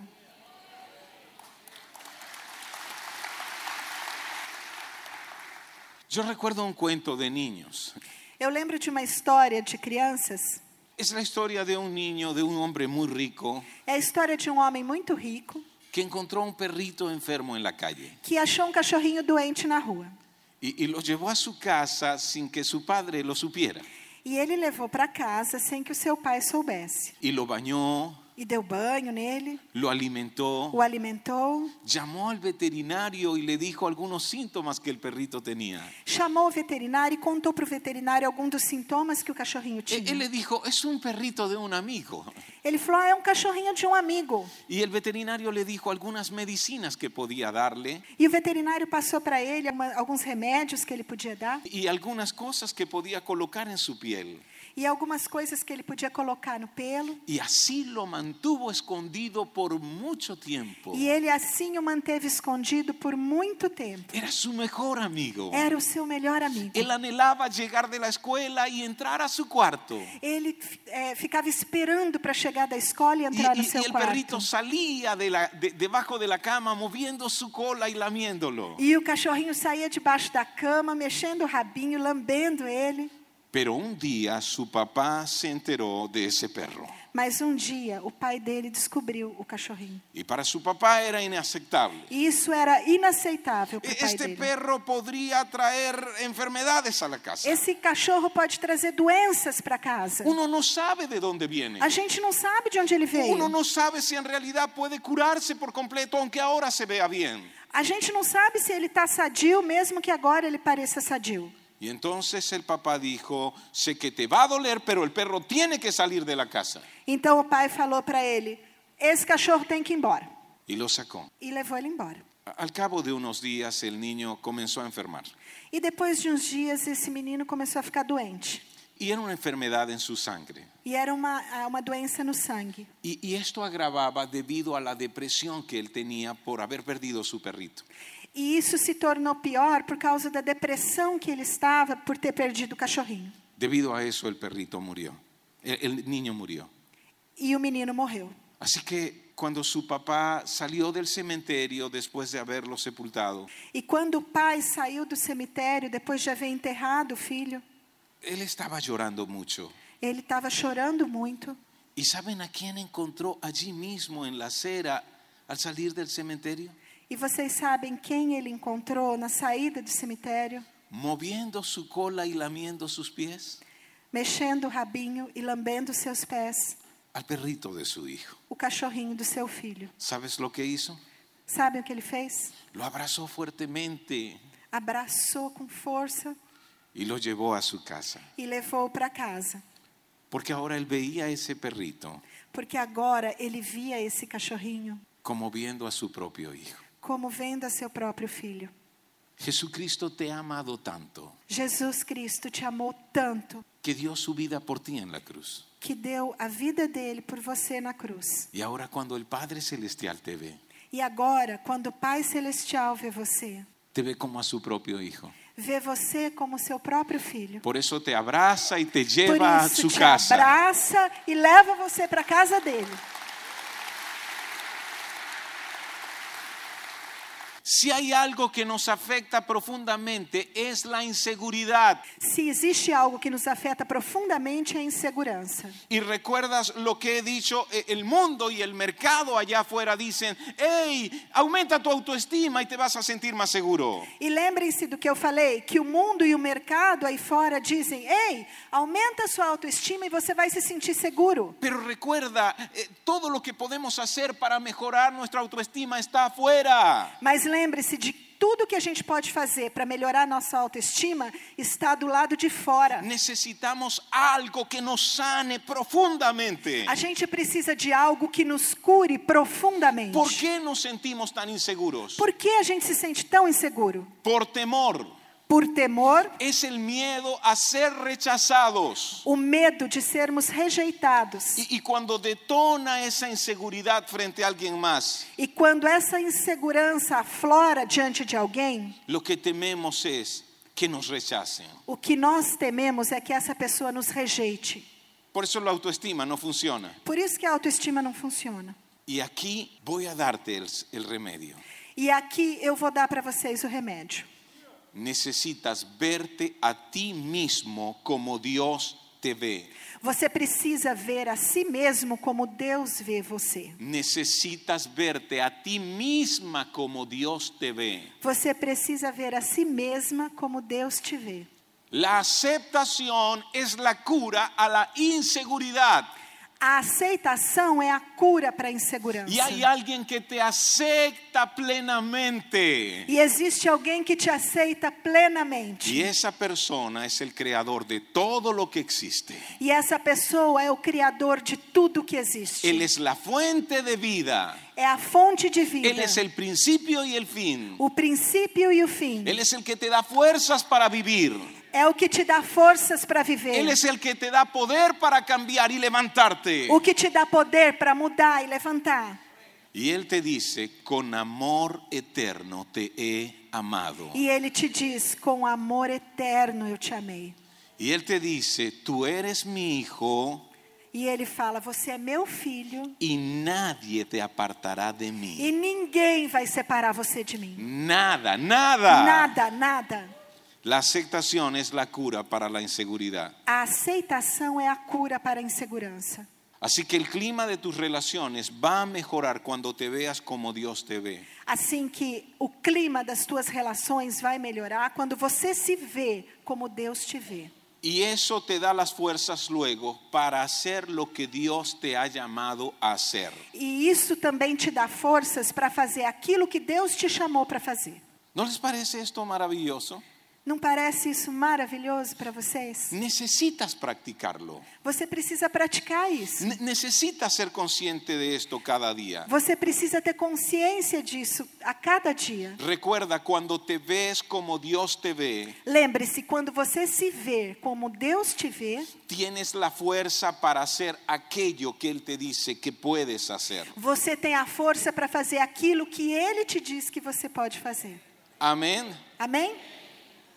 S1: Yo recuerdo un cuento de niños.
S2: Eu lembro de uma história de crianças.
S1: Es la historia de un niño, de un hombre muy rico,
S2: É a história de um homem muito rico
S1: que encontró a un perrito enfermo en la calle
S2: que achou um cachorrinho doente na rua.
S1: y, y lo llevó a su casa sin que su padre lo supiera.
S2: E ele levou para casa sem que o seu pai soubesse.
S1: Y lo bañó,
S2: E deu banho nele,
S1: lo alimentó,
S2: o alimentou,
S1: llamó al veterinario y le dijo algunos síntomas que el perrito tenía.
S2: chamou o veterinário e contou para o veterinário algum dos sintomas que o cachorrinho
S1: E- Él
S2: tinha.
S1: le dijo, es un perrito de un amigo.
S2: Ele falou: ah, é um cachorrinho de um amigo.
S1: Y el veterinario le dijo algunas medicinas que podía darle
S2: E o veterinário passou para ele uma- alguns remédios que ele podia dar
S1: y algunas cosas que podía colocar en su piel.
S2: e algumas coisas que ele podia colocar no pelo.
S1: Y así lo mantuvo escondido por mucho tiempo.
S2: E ele assim o manteve escondido por muito tempo.
S1: Era su mejor amigo.
S2: Era o seu melhor amigo.
S1: Él anhelaba llegar de la escuela y entrar a su cuarto.
S2: Ele eh, ficava esperando para chegar da escola e
S1: Y,
S2: entrar
S1: y-
S2: no
S1: y
S2: seu
S1: el
S2: quarto.
S1: perrito salía de la- de- debajo de la cama moviendo su cola y lamiéndolo.
S2: E o cachorrinho saía debaixo da cama, mexendo o rabinho, lambendo ele.
S1: Pero un día su papá se enteró de ese perro.
S2: Mas um dia o pai dele descobriu o cachorrinho.
S1: Y para su papá era inaceptable.
S2: E isso era inaceitável para o pai
S1: Este
S2: dele.
S1: perro podría traer enfermedades a la casa.
S2: Esse cachorro pode trazer doenças para casa.
S1: Uno no sabe de dónde viene.
S2: A gente não sabe de onde ele veio.
S1: Uno no sabe si en realidad puede curarse por completo, aunque ahora se vea bien.
S2: A gente não sabe se ele está sadio, mesmo que agora ele pareça sadio.
S1: Y entonces el papá dijo, sé que te va a doler, pero el perro tiene que salir de la casa.
S2: Então o pai falou para ele: esse cachorro tem que ir embora.
S1: Y lo sacó.
S2: E levou ele embora.
S1: A- Al cabo de unos días el niño comenzó a enfermar.
S2: E depois de uns dias, esse menino começou a ficar doente.
S1: Y era una enfermedad en su sangre.
S2: E era uma, ah, uma doença no sangue.
S1: Y, y esto agravaba debido a la depresión que él tenía por haber perdido su perrito.
S2: E isso se tornou pior por causa da depressão que ele estava por ter perdido o cachorrinho.
S1: Debido a eso el perrito murió. El, el niño murió.
S2: E o menino morreu.
S1: Así que cuando su papá salió del cementerio después de haberlo sepultado,
S2: E quando o pai saiu do cemitério, depois de haver enterrado o filho,
S1: él estaba llorando mucho.
S2: ele estava chorando muito.
S1: ¿Y saben a quién encontró allí mismo en la acera al salir del cementerio?
S2: E vocês sabem quem ele encontrou na saída do cemitério,
S1: Moviendo su cola y lamiendo sus pies
S2: mexendo o rabinho e lambendo os seus pés,
S1: al perrito de su hijo.
S2: o cachorrinho do seu filho.
S1: ¿Sabes lo que hizo?
S2: Sabem o que ele fez?
S1: Lo abrazó fuertemente
S2: Abraçou com força
S1: y lo llevó a su casa.
S2: e levou para casa,
S1: Porque ahora él veía a ese perrito
S2: porque agora ele via esse cachorrinho
S1: como viendo a su propio hijo.
S2: como vendo a seu próprio filho.
S1: Jesucristo te ha amado tanto
S2: Jesus Cristo te amou tanto
S1: que dio su vida por ti en la cruz.
S2: que deu a vida dele por você na cruz.
S1: Y ahora cuando el Padre Celestial te ve,
S2: E agora, quando o Pai Celestial vê você,
S1: te ve como a su propio hijo.
S2: vê você como seu próprio filho.
S1: Por eso te abraza y te
S2: Por
S1: lleva a
S2: isso,
S1: su
S2: te
S1: casa.
S2: abraça e leva você para casa dele.
S1: Si hay algo que nos afecta profundamente es la inseguridad.
S2: Se existe algo que nos afeta profundamente é a inseguranza.
S1: Y recuerdas lo que he dicho, e- el mundo y el mercado allá afuera dicen, hey, aumenta tu autoestima y te vas a sentir más seguro.
S2: E lembrem-se do que eu falei, que o mundo e o mercado aí fora dizem: "Ei, aumenta a sua autoestima e você vai se sentir seguro".
S1: Pero recuerda, eh, todo lo que podemos hacer para mejorar nuestra autoestima está afuera.
S2: Mas lembre-se de tudo que a gente pode fazer para melhorar nossa autoestima está do lado de fora.
S1: Necesitamos algo que nos sane profundamente.
S2: A gente precisa de algo que nos cure profundamente.
S1: ¿Por quê nos sentimos tan inseguros?
S2: Por que a gente se sente tão inseguro?
S1: Por temor.
S2: Por temor,
S1: Es el miedo a ser rechazados.
S2: o medo de sermos rejeitados.
S1: Y, y cuando detona esa inseguridad frente a alguien más,
S2: E quando essa insegurança aflora diante de alguém,
S1: lo que tememos es que nos rechacen.
S2: o que nós tememos é que essa pessoa nos rejeite.
S1: Por eso la autoestima no funciona.
S2: Por isso que a autoestima não funciona.
S1: Y aquí voy a darte el- el remedio.
S2: E aqui eu vou dar para vocês o remédio.
S1: Necesitas verte a ti mismo como Dios te ve.
S2: Você precisa ver a si mesmo como Deus vê você.
S1: Necesitas verte a ti misma como Dios te ve.
S2: Você precisa ver a si mesma como Deus te vê.
S1: La aceptación es la cura a la inseguridad.
S2: A aceitação é a cura para a insegurança.
S1: Y hay alguien que te acepta plenamente.
S2: E existe alguém que te aceita plenamente.
S1: Y esa persona es el creador de todo lo que existe.
S2: E essa pessoa é o criador de tudo que existe.
S1: Él es la fuente de vida.
S2: é a fonte de vida.
S1: Él es el principio y el fin.
S2: o princípio e o fim.
S1: Él es el que te da fuerzas para vivir.
S2: É o que te dá forças para viver.
S1: Él es el que te da poder para cambiar y levantarte.
S2: O que te dá poder para mudar e levantar.
S1: Y Él te dice, con amor eterno te he amado.
S2: E ele te diz: com amor eterno eu te amei.
S1: Y Él te dice, tú eres mi hijo
S2: E ele fala: você é meu filho
S1: y nadie te apartará de mí.
S2: e ninguém vai separar você de mim.
S1: Nada, nada.
S2: Nada, nada.
S1: La aceptación es la cura para la inseguridad.
S2: A aceitação é a cura para a insegurança.
S1: Así que el clima de tus relaciones va a mejorar cuando te veas como Dios te ve.
S2: Assim que o clima das tuas relações vai melhorar quando você se vê como Deus te vê.
S1: Y eso te da las fuerzas luego para hacer lo que Dios te ha llamado a hacer.
S2: E isso também te dá forças para fazer aquilo que Deus te chamou para fazer.
S1: ¿No les parece esto maravilloso?
S2: Não parece isso maravilhoso para vocês?
S1: Necesitas practicarlo.
S2: Você precisa praticar isso.
S1: Ne- necesitas ser consciente de esto cada día.
S2: Você precisa ter consciência disso a cada dia.
S1: Recuerda, cuando te ves como Dios te ve,
S2: Lembre-se, quando você se vê como Deus te vê,
S1: tienes la fuerza para hacer aquello que Él te dice que puedes hacer.
S2: você tem a força para fazer aquilo que Ele te diz que você pode fazer.
S1: Amén.
S2: Amém?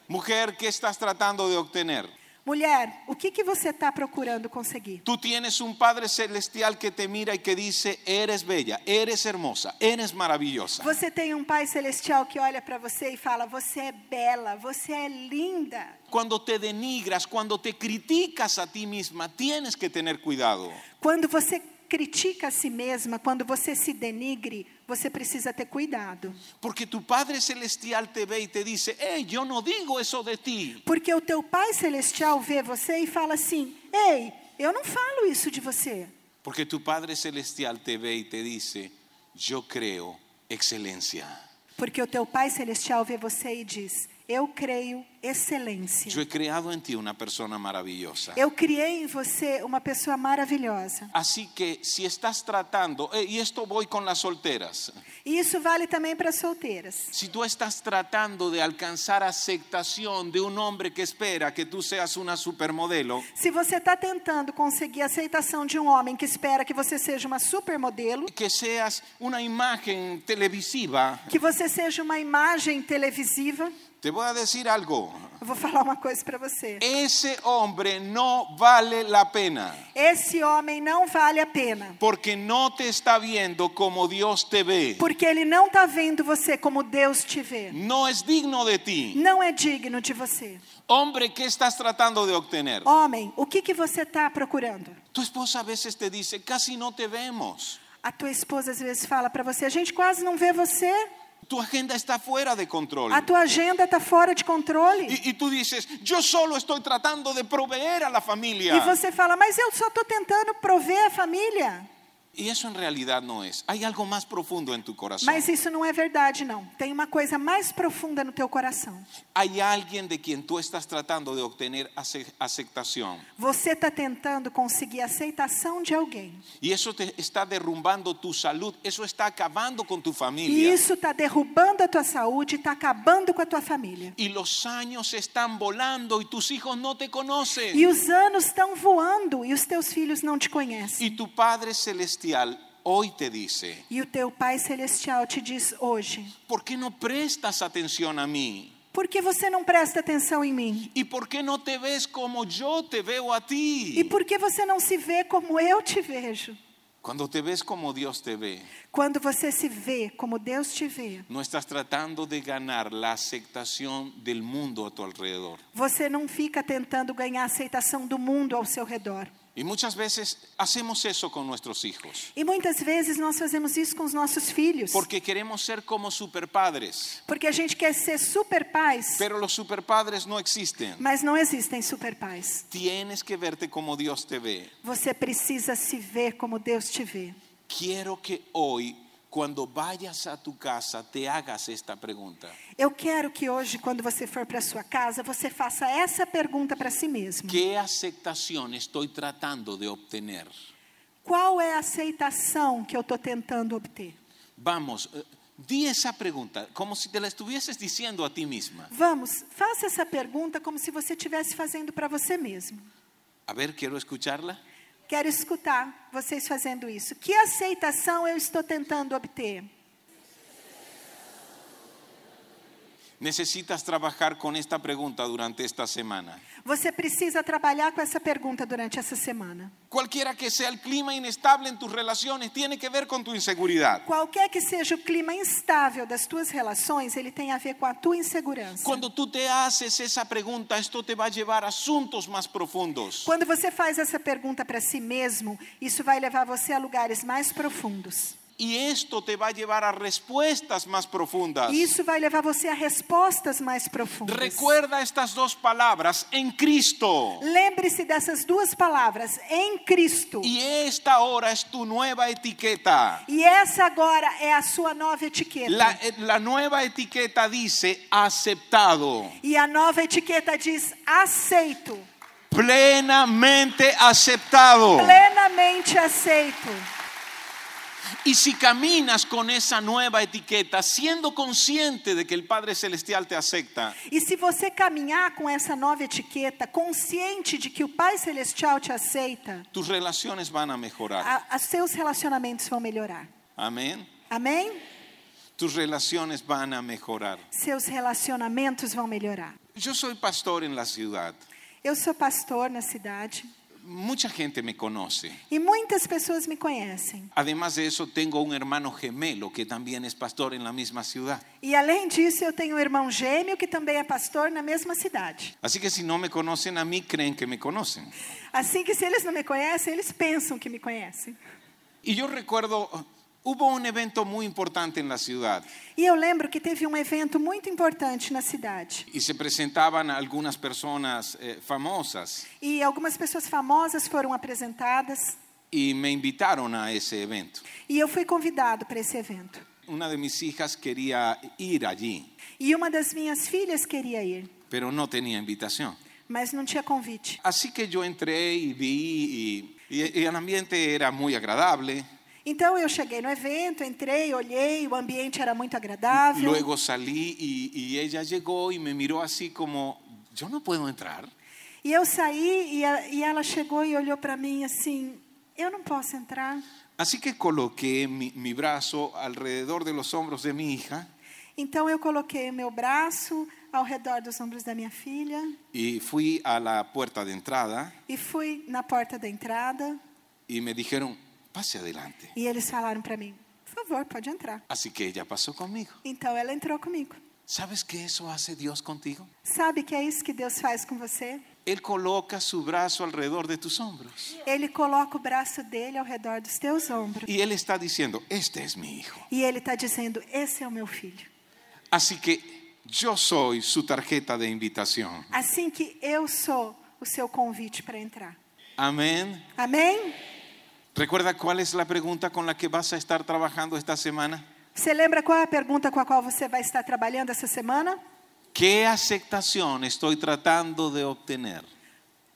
S1: Mujer, ¿qué estás tratando de obtener?
S2: Mulher, o que, que você está procurando conseguir?
S1: Tú tienes un Padre Celestial que te mira y que dice, eres bella, eres hermosa, eres maravillosa.
S2: Você tem um Pai Celestial que olha para você e fala: Você é bela, você é linda.
S1: Cuando te denigras, cuando te criticas a ti misma, tienes que tener cuidado.
S2: Quando você critica a si mesma, quando você se denigre, você precisa ter cuidado.
S1: Porque tu Padre Celestial te ve y te dice, hey, yo no digo eso de ti.
S2: Porque o teu Pai Celestial vê você e fala assim: Ei, eu não falo isso de você.
S1: Porque tu Padre Celestial te ve y te dice, yo creo excelencia.
S2: Porque o teu Pai Celestial vê você e diz: Eu creio
S1: Yo
S2: excelência.
S1: he creado en ti una persona maravillosa.
S2: Eu criei em você uma pessoa maravilhosa.
S1: Así que si estás tratando, eh, y esto voy con las solteras,
S2: E isso vale também para as solteiras.
S1: si tú estás tratando de alcanzar aceptación de un hombre que espera que tú seas una supermodelo,
S2: Se você está tentando conseguir a aceitação de um homem que espera que você seja uma supermodelo,
S1: que seas una imagen televisiva,
S2: que você seja uma imagem televisiva,
S1: te voy a decir algo,
S2: eu vou falar uma coisa para você.
S1: ese hombre no vale la pena.
S2: Esse homem não vale a pena,
S1: Porque no te está viendo como Dios te ve.
S2: porque ele não está vendo você como Deus te vê.
S1: No es digno de ti.
S2: Não é digno de você.
S1: Hombre, ¿qué estás tratando de obtener?
S2: Homem, o que, que você está procurando?
S1: Tu esposa a veces te dice, casi no te vemos.
S2: A tua esposa às vezes fala para você: a gente quase não vê você,
S1: Tu agenda está fuera de control.
S2: a tua agenda está fora de controle.
S1: Y, y tú dices, yo solo estoy tratando de proveer a la familia.
S2: E você fala: mas eu só estou tentando prover a família.
S1: Y eso en realidad no es. Hay algo más profundo en tu corazón.
S2: Mas isso não é verdade, não. Tem uma coisa mais profunda no teu coração.
S1: Hay alguien de quien tú estás tratando de obtener ace- aceptación.
S2: Você está tentando conseguir a aceitação de alguém.
S1: Y eso te está derrumbando tu salud. Eso está acabando con tu
S2: E
S1: familia.
S2: isso está derrubando a tua saúde, está acabando com a tua família.
S1: Y los años están volando y tus hijos no te conocen.
S2: E os anos estão voando e os teus filhos não te conhecem.
S1: Y tu Padre Celestial hoy te dice,
S2: E o teu Pai Celestial te diz hoje:
S1: ¿por qué no prestas atención a mí?
S2: por que você não presta atenção em mim?
S1: ¿Y por qué no te ves como yo te veo a ti?
S2: E por que você não se vê como eu te vejo?
S1: Cuando te ves como Dios te ve,
S2: Quando você se vê como Deus te vê,
S1: no estás tratando de ganar la aceptación del mundo a tu alrededor.
S2: você não fica tentando ganhar a aceitação do mundo ao seu redor.
S1: Y muchas veces hacemos eso con nuestros hijos,
S2: E muitas vezes nós fazemos isso com os nossos filhos.
S1: porque queremos ser como superpadres,
S2: Porque a gente quer ser super pais,
S1: pero los superpadres no existen.
S2: mas não existem super pais.
S1: Tienes que verte como Dios te ve.
S2: Você precisa se ver como Deus te vê.
S1: Quiero que hoy, cuando vayas a tu casa, te hagas esta pregunta.
S2: Eu quero que hoje, quando você for para sua casa, você faça essa pergunta para si mesmo.
S1: ¿Qué aceptación estoy tratando de obtener?
S2: Qual é a aceitação que eu estou tentando obter?
S1: Vamos, eh, Di esa pregunta como si te la estuvieses diciendo a ti misma.
S2: Vamos, faça essa pergunta como se você estivesse fazendo para você mesmo.
S1: A ver, quiero escucharla.
S2: Quero escutar vocês fazendo isso. Que aceitação eu estou tentando obter?
S1: Necesitas trabajar con esta pregunta durante esta semana.
S2: Você precisa trabalhar com essa pergunta durante essa semana.
S1: Cualquiera que sea el clima inestable en tus relaciones tiene que ver con tu inseguridad.
S2: Qualquer que seja o clima instável das tuas relações, ele tem a ver com a tua insegurança.
S1: Cuando tú te haces esa pregunta, esto te va a llevar a asuntos más profundos.
S2: Quando você faz essa pergunta para si mesmo, isso vai levar você a lugares mais profundos.
S1: Y esto te va a llevar a respuestas más profundas.
S2: E Isso vai levar você a respostas mais profundas.
S1: Recuerda estas dos palabras, en Cristo.
S2: Lembre-se dessas duas palavras, em Cristo.
S1: Y esta ahora es tu nueva etiqueta.
S2: E essa agora é a sua nova etiqueta.
S1: La, eh, la nueva etiqueta dice aceptado,
S2: E a nova etiqueta diz aceito,
S1: plenamente aceptado.
S2: plenamente aceito.
S1: Y si caminas con esa nueva etiqueta, siendo consciente de que el Padre Celestial te acepta,
S2: E se você caminhar com essa nova etiqueta, consciente de que o Pai Celestial te aceita,
S1: tus relaciones van a mejorar.
S2: a, os seus relacionamentos vão melhorar.
S1: Amén.
S2: Amém?
S1: Tus relaciones van a mejorar.
S2: Seus relacionamentos vão melhorar.
S1: Yo soy pastor en la ciudad.
S2: Eu sou pastor na cidade
S1: Mucha gente me conoce.
S2: e muitas pessoas me conhecem.
S1: Además de eso, tengo un hermano gemelo que también es pastor en la misma ciudad.
S2: E além disso, eu tenho um irmão gêmeo que também é pastor na mesma cidade.
S1: Así que si no me conocen a mí, creen que me conocen.
S2: Assim que se eles não me conhecem, eles pensam que me conhecem.
S1: Y yo recuerdo, hubo un evento muy importante en la ciudad
S2: E eu lembro que teve um evento muito importante na cidade.
S1: y se presentaban algunas personas eh, famosas
S2: E algumas pessoas famosas foram apresentadas
S1: y me invitaron a ese evento.
S2: e eu fui convidado para esse evento.
S1: Una de mis hijas quería ir allí,
S2: E uma das minhas filhas queria ir,
S1: pero no tenía invitación.
S2: mas não tinha convite.
S1: Así que yo entré y vi y- y- y el ambiente era muy agradable.
S2: Então eu cheguei no evento, entrei, olhei, o ambiente era muito agradável.
S1: Luego salí y, y ella llegó y me miró así como, yo no puedo entrar.
S2: E eu saí e, a- e ela chegou e olhou para mim assim: eu não posso entrar.
S1: Así que coloqué mi, mi brazo alrededor de los hombros de mi hija
S2: Então eu coloquei o meu braço ao redor dos ombros da minha filha
S1: y fui a la puerta de entrada
S2: e fui na porta da entrada
S1: y me dijeron, pase adelante.
S2: e eles falaram para mim: por favor, pode entrar.
S1: Así que ella pasó conmigo.
S2: Então ela entrou comigo.
S1: ¿Sabes qué eso hace Dios contigo?
S2: Sabe que é isso que Deus faz com você?
S1: Él coloca su brazo alrededor de tus hombros
S2: Ele coloca o braço dele ao redor dos teus ombros
S1: y Él está diciendo, este es mi hijo.
S2: e ele está dizendo: esse é o meu filho.
S1: Así que yo soy su tarjeta de invitación.
S2: Assim que eu sou o seu convite para entrar.
S1: Amén.
S2: Amém?
S1: Recuerda cuál es la pregunta con la que vas a estar trabajando esta semana.
S2: Você lembra qual é a pergunta com a qual você vai estar trabalhando essa semana?
S1: ¿Qué aceptación estoy tratando de obtener?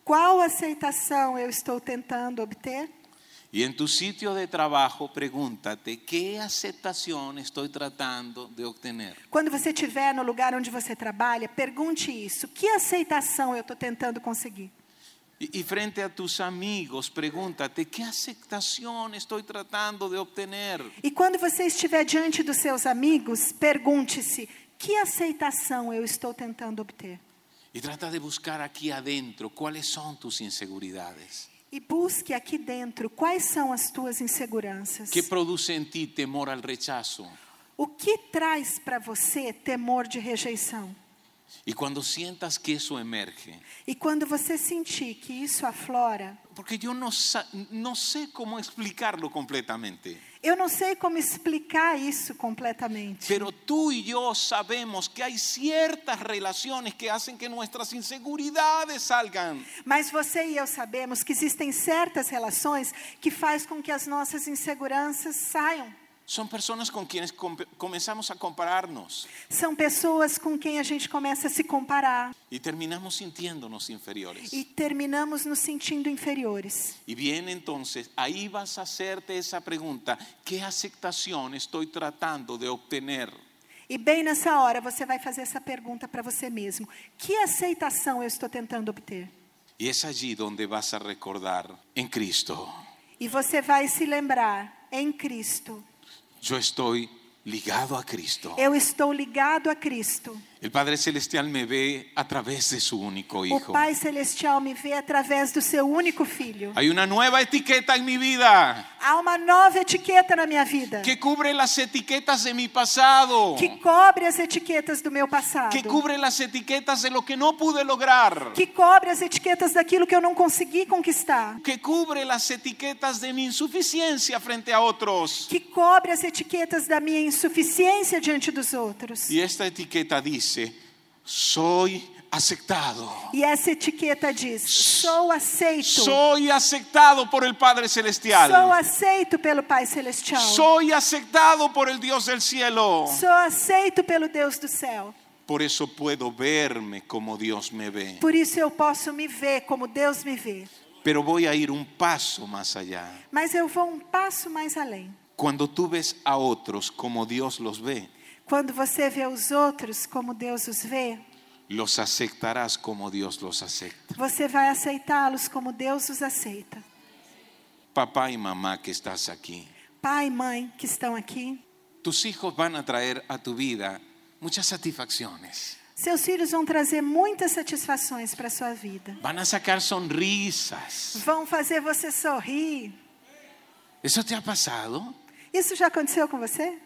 S2: Qual aceitação eu estou tentando obter?
S1: Y en tu sitio de trabajo pregúntate, ¿qué aceptación estoy tratando de obtener?
S2: Quando você estiver no lugar onde você trabalha, pergunte isso: que aceitação eu estou tentando conseguir?
S1: Y, y frente a tus amigos, pregúntate, ¿qué aceptación estoy tratando de obtener?
S2: E quando você estiver diante dos seus amigos, pergunte-se: que aceitação eu estou tentando obter?
S1: Y trata de buscar aquí adentro cuáles son tus inseguridades.
S2: E busque aqui dentro quais são as tuas inseguranças.
S1: ¿Qué produce en ti temor al rechazo?
S2: O que traz para você temor de rejeição?
S1: Y cuando sientas que eso emerge,
S2: E quando você sentir que isso aflora,
S1: porque yo no, sa- no sé cómo explicarlo completamente,
S2: eu não sei como explicar isso completamente.
S1: pero tú y yo sabemos que hay ciertas relaciones que hacen que nuestras inseguridades salgan.
S2: Mas você e eu sabemos que existem certas relações que faz com que as nossas inseguranças saiam.
S1: Son personas con quienes com- comenzamos a compararnos
S2: São pessoas com quem a gente começa a se comparar
S1: y terminamos sintiéndonos inferiores.
S2: e terminamos nos sentindo inferiores.
S1: Y bien, entonces, ahí vas a hacerte esa pregunta, ¿qué aceptación estoy tratando de obtener?
S2: E bem nessa hora você vai fazer essa pergunta para você mesmo: que aceitação eu estou tentando obter?
S1: Y es allí donde vas a recordar, en Cristo,
S2: E você vai se lembrar em Cristo.
S1: yo estoy ligado a Cristo.
S2: Eu estou ligado a Cristo.
S1: El Padre Celestial me ve a través de su único
S2: O
S1: Hijo.
S2: Pai Celestial me vê através do seu único filho.
S1: Hay una nueva etiqueta en mi vida
S2: Há uma nova etiqueta na minha vida
S1: que cubre las etiquetas de mi pasado,
S2: que cobre as etiquetas do meu passado,
S1: que cubre las etiquetas de lo que no pude lograr,
S2: que cobre as etiquetas daquilo que eu não consegui conquistar,
S1: que cubre las etiquetas de mi insuficiencia frente a otros.
S2: que cobre as etiquetas da minha insuficiência diante dos outros.
S1: Y esta etiqueta dice, soy aceptado.
S2: E essa etiqueta diz: sou aceito,
S1: Soy aceptado por el Padre
S2: sou
S1: Celestial.
S2: aceito pelo Pai Celestial,
S1: Soy aceptado por el Dios del cielo.
S2: sou aceito pelo Deus do céu.
S1: Por eso puedo verme como Dios me ve.
S2: Por isso eu posso me ver como Deus me vê.
S1: Pero voy a ir un paso más allá.
S2: Mas eu vou um passo mais além.
S1: Cuando tú ves a otros como Dios los ve,
S2: Quando você vê os outros como Deus os vê,
S1: los aceptarás como Dios los acepta.
S2: você vai aceitá-los como Deus os aceita.
S1: Papá y mamá que estás aquí,
S2: Pai e mãe que estão aqui,
S1: tus hijos van a traer a tu vida muchas satisfacciones.
S2: seus filhos vão trazer muitas satisfações para a sua vida.
S1: Van a sacar sonrisas.
S2: Vão fazer você sorrir.
S1: ¿Eso te ha pasado?
S2: Isso já aconteceu com você?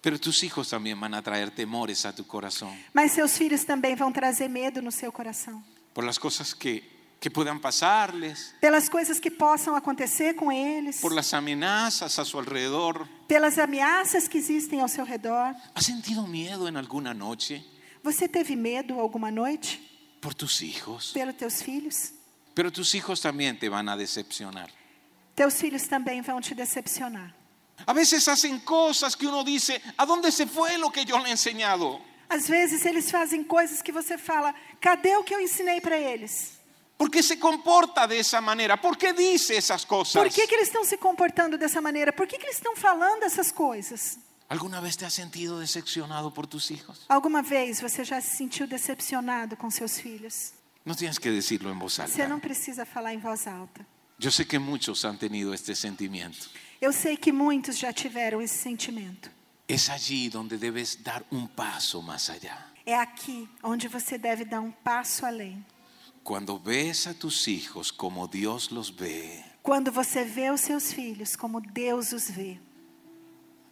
S1: Pero tus hijos también van a traer temores a tu corazón
S2: Mas seus filhos também vão trazer medo no seu coração.
S1: por las cosas que, que puedan pasarles,
S2: Pelas coisas que possam acontecer com eles,
S1: por las amenazas a su alrededor.
S2: pelas ameaças que existem ao seu redor.
S1: ¿Has sentido miedo en alguna noche
S2: Você teve medo alguma noite
S1: por tus hijos?
S2: pelos teus filhos?
S1: Pero tus hijos también te van a decepcionar.
S2: Teus filhos também vão te decepcionar.
S1: A veces hacen cosas que uno dice, ¿a dónde se fue lo que yo le he enseñado?
S2: Às vezes eles fazem coisas que você fala: cadê o que eu ensinei para eles?
S1: ¿Por qué se comporta de esa manera? ¿Por qué dice esas cosas?
S2: Por que, que eles estão se comportando dessa maneira? Por que, que eles estão falando essas coisas?
S1: ¿Alguna vez te has sentido decepcionado por tus hijos?
S2: Alguma vez você já se sentiu decepcionado com seus filhos?
S1: No tienes que decirlo en voz
S2: Você não
S1: alta.
S2: precisa falar em voz alta.
S1: Yo sé que muchos han tenido este sentimiento.
S2: Eu sei que muitos já tiveram esse sentimento.
S1: Es allí donde debes dar un paso más allá.
S2: É aqui onde você deve dar um passo além.
S1: Cuando ves a tus hijos como Dios los ve,
S2: Quando você vê os seus filhos como Deus os vê,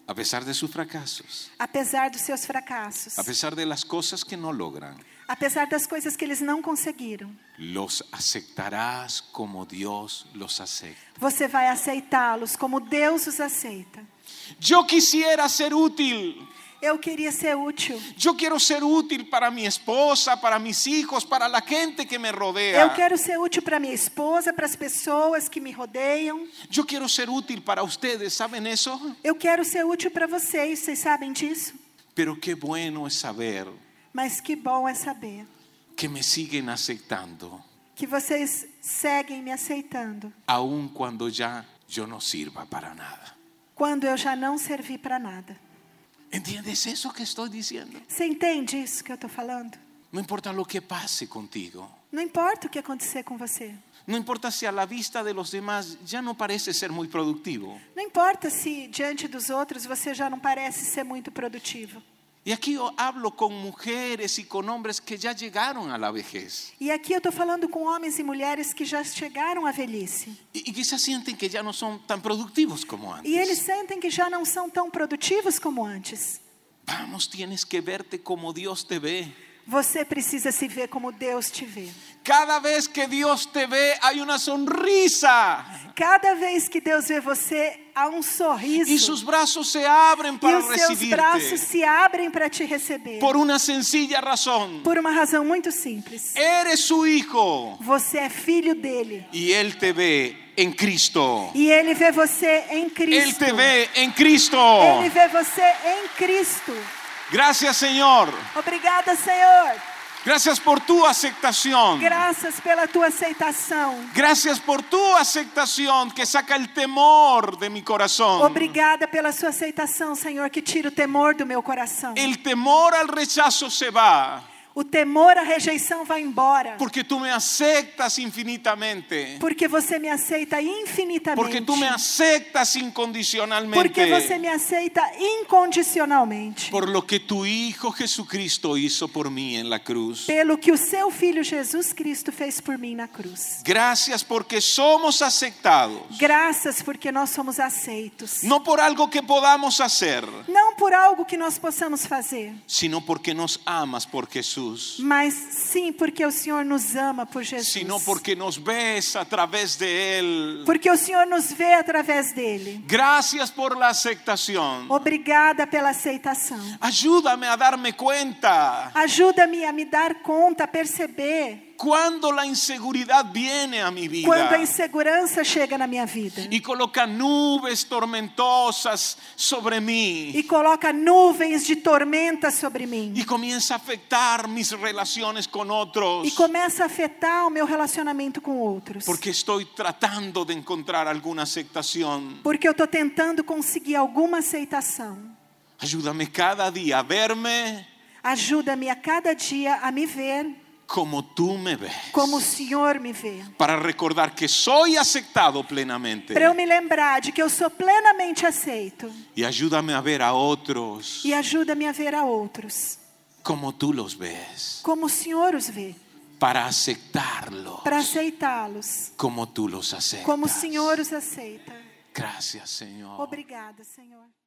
S1: a pesar de sus fracasos,
S2: apesar dos seus fracassos,
S1: a pesar de las cosas que no logran,
S2: apesar das coisas que eles não conseguiram,
S1: los aceptarás como Dios los acepta.
S2: Você vai aceitá-los como Deus os aceita.
S1: Yo quisiera ser útil.
S2: Eu queria ser útil.
S1: Yo quiero ser útil para mi esposa, para mis hijos, para la gente que me
S2: Eu
S1: rodea.
S2: quero ser útil para minha esposa, para as pessoas que me rodeiam.
S1: Yo quiero ser útil para ustedes, ¿saben eso?
S2: Eu quero ser útil para vocês, vocês sabem disso?
S1: Pero qué bueno es saber
S2: Mas que bom é saber
S1: que me siguen aceptando,
S2: que vocês seguem me aceitando
S1: aun cuando ya yo no sirva para nada.
S2: quando eu já não servi para nada.
S1: ¿Entiendes eso que estoy diciendo?
S2: Você entende isso que eu estou falando?
S1: No importa lo que pase contigo.
S2: Não importa o que acontecer com você.
S1: No importa si a la vista de los demás ya no parece ser muy productivo.
S2: Não importa se diante dos outros você já não parece ser muito produtivo.
S1: Y aquí yo hablo con mujeres y con hombres que ya llegaron a la vejez
S2: E aqui eu estou falando com homens e mulheres que já chegaram à velhice.
S1: y, y quizás sienten que ya no son tan productivos como antes.
S2: E eles sentem que já não são tão produtivos como antes.
S1: Vamos, tienes que verte como Dios te ve.
S2: Você precisa se ver como Deus te vê.
S1: Cada vez que Dios te ve hay una sonrisa
S2: Cada vez que Deus vê você, há um
S1: y
S2: sorriso.
S1: sus brazos se abren
S2: E
S1: para
S2: os seus braços
S1: recibirte
S2: se abrem para te receber.
S1: por um una sencilla razón.
S2: Por uma razão muito simples.
S1: Eres su hijo
S2: Você é filho dele.
S1: y Él te ve en Cristo.
S2: E ele vê você em
S1: Él
S2: Cristo.
S1: te ve en Cristo.
S2: Ele vê você em Cristo.
S1: Gracias Señor.
S2: Obrigada, Senhor.
S1: Gracias por tu aceptación.
S2: Graças pela tua aceitação.
S1: Gracias por tu aceptación que saca el temor de mi corazón.
S2: Obrigada pela sua aceitação, Senhor, que tira o temor do meu coração.
S1: El temor al rechazo se va
S2: O temor à rejeição vai embora.
S1: porque tú me aceptas infinitamente.
S2: Porque você me aceita
S1: Porque
S2: infinitamente.
S1: tú me aceptas
S2: Porque você
S1: incondicionalmente.
S2: me aceita incondicionalmente.
S1: Por lo que tu Hijo Jesucristo hizo por mí en la cruz.
S2: Pelo que o seu filho Jesus Cristo fez por mim na cruz.
S1: Gracias porque somos aceptados.
S2: Graças porque nós somos aceitos.
S1: No por algo que podamos hacer,
S2: Não por algo que nós possamos fazer,
S1: sino porque nos amas por Jesús.
S2: mas sim porque o Senhor nos ama por Jesus.
S1: Sino porque nos ves a través de Él.
S2: Porque o Senhor nos vê através dele.
S1: Gracias por la aceptación.
S2: Obrigada pela aceitação.
S1: Ayúdame a darme cuenta
S2: Ajuda-me a me dar conta, a perceber
S1: cuando la inseguridad viene a mi vida
S2: quando a insegurança chega na minha vida
S1: y coloca nubes tormentosas sobre mí
S2: e coloca nuvens de tormenta sobre mim
S1: y comienza a afectar mis relaciones con otros
S2: e começa a afetar o meu relacionamento com outros.
S1: porque estoy tratando de encontrar alguna aceptación.
S2: Porque eu estou tentando conseguir alguma aceitação.
S1: Ayúdame cada día a verme
S2: Ajuda-me a cada dia a me ver
S1: como tú me ves
S2: como o Senhor me vê.
S1: para recordar que soy aceptado plenamente
S2: Para eu me lembrar de que eu sou plenamente aceito.
S1: y ayúdame a ver a otros
S2: E ajuda-me a ver a outros
S1: como tú los ves,
S2: como o Senhor os vê.
S1: para aceptarlos
S2: Para aceitá-los
S1: como tú los aceptas.
S2: como o Senhor os aceita.
S1: Gracias, Señor.
S2: Obrigada, Senhor.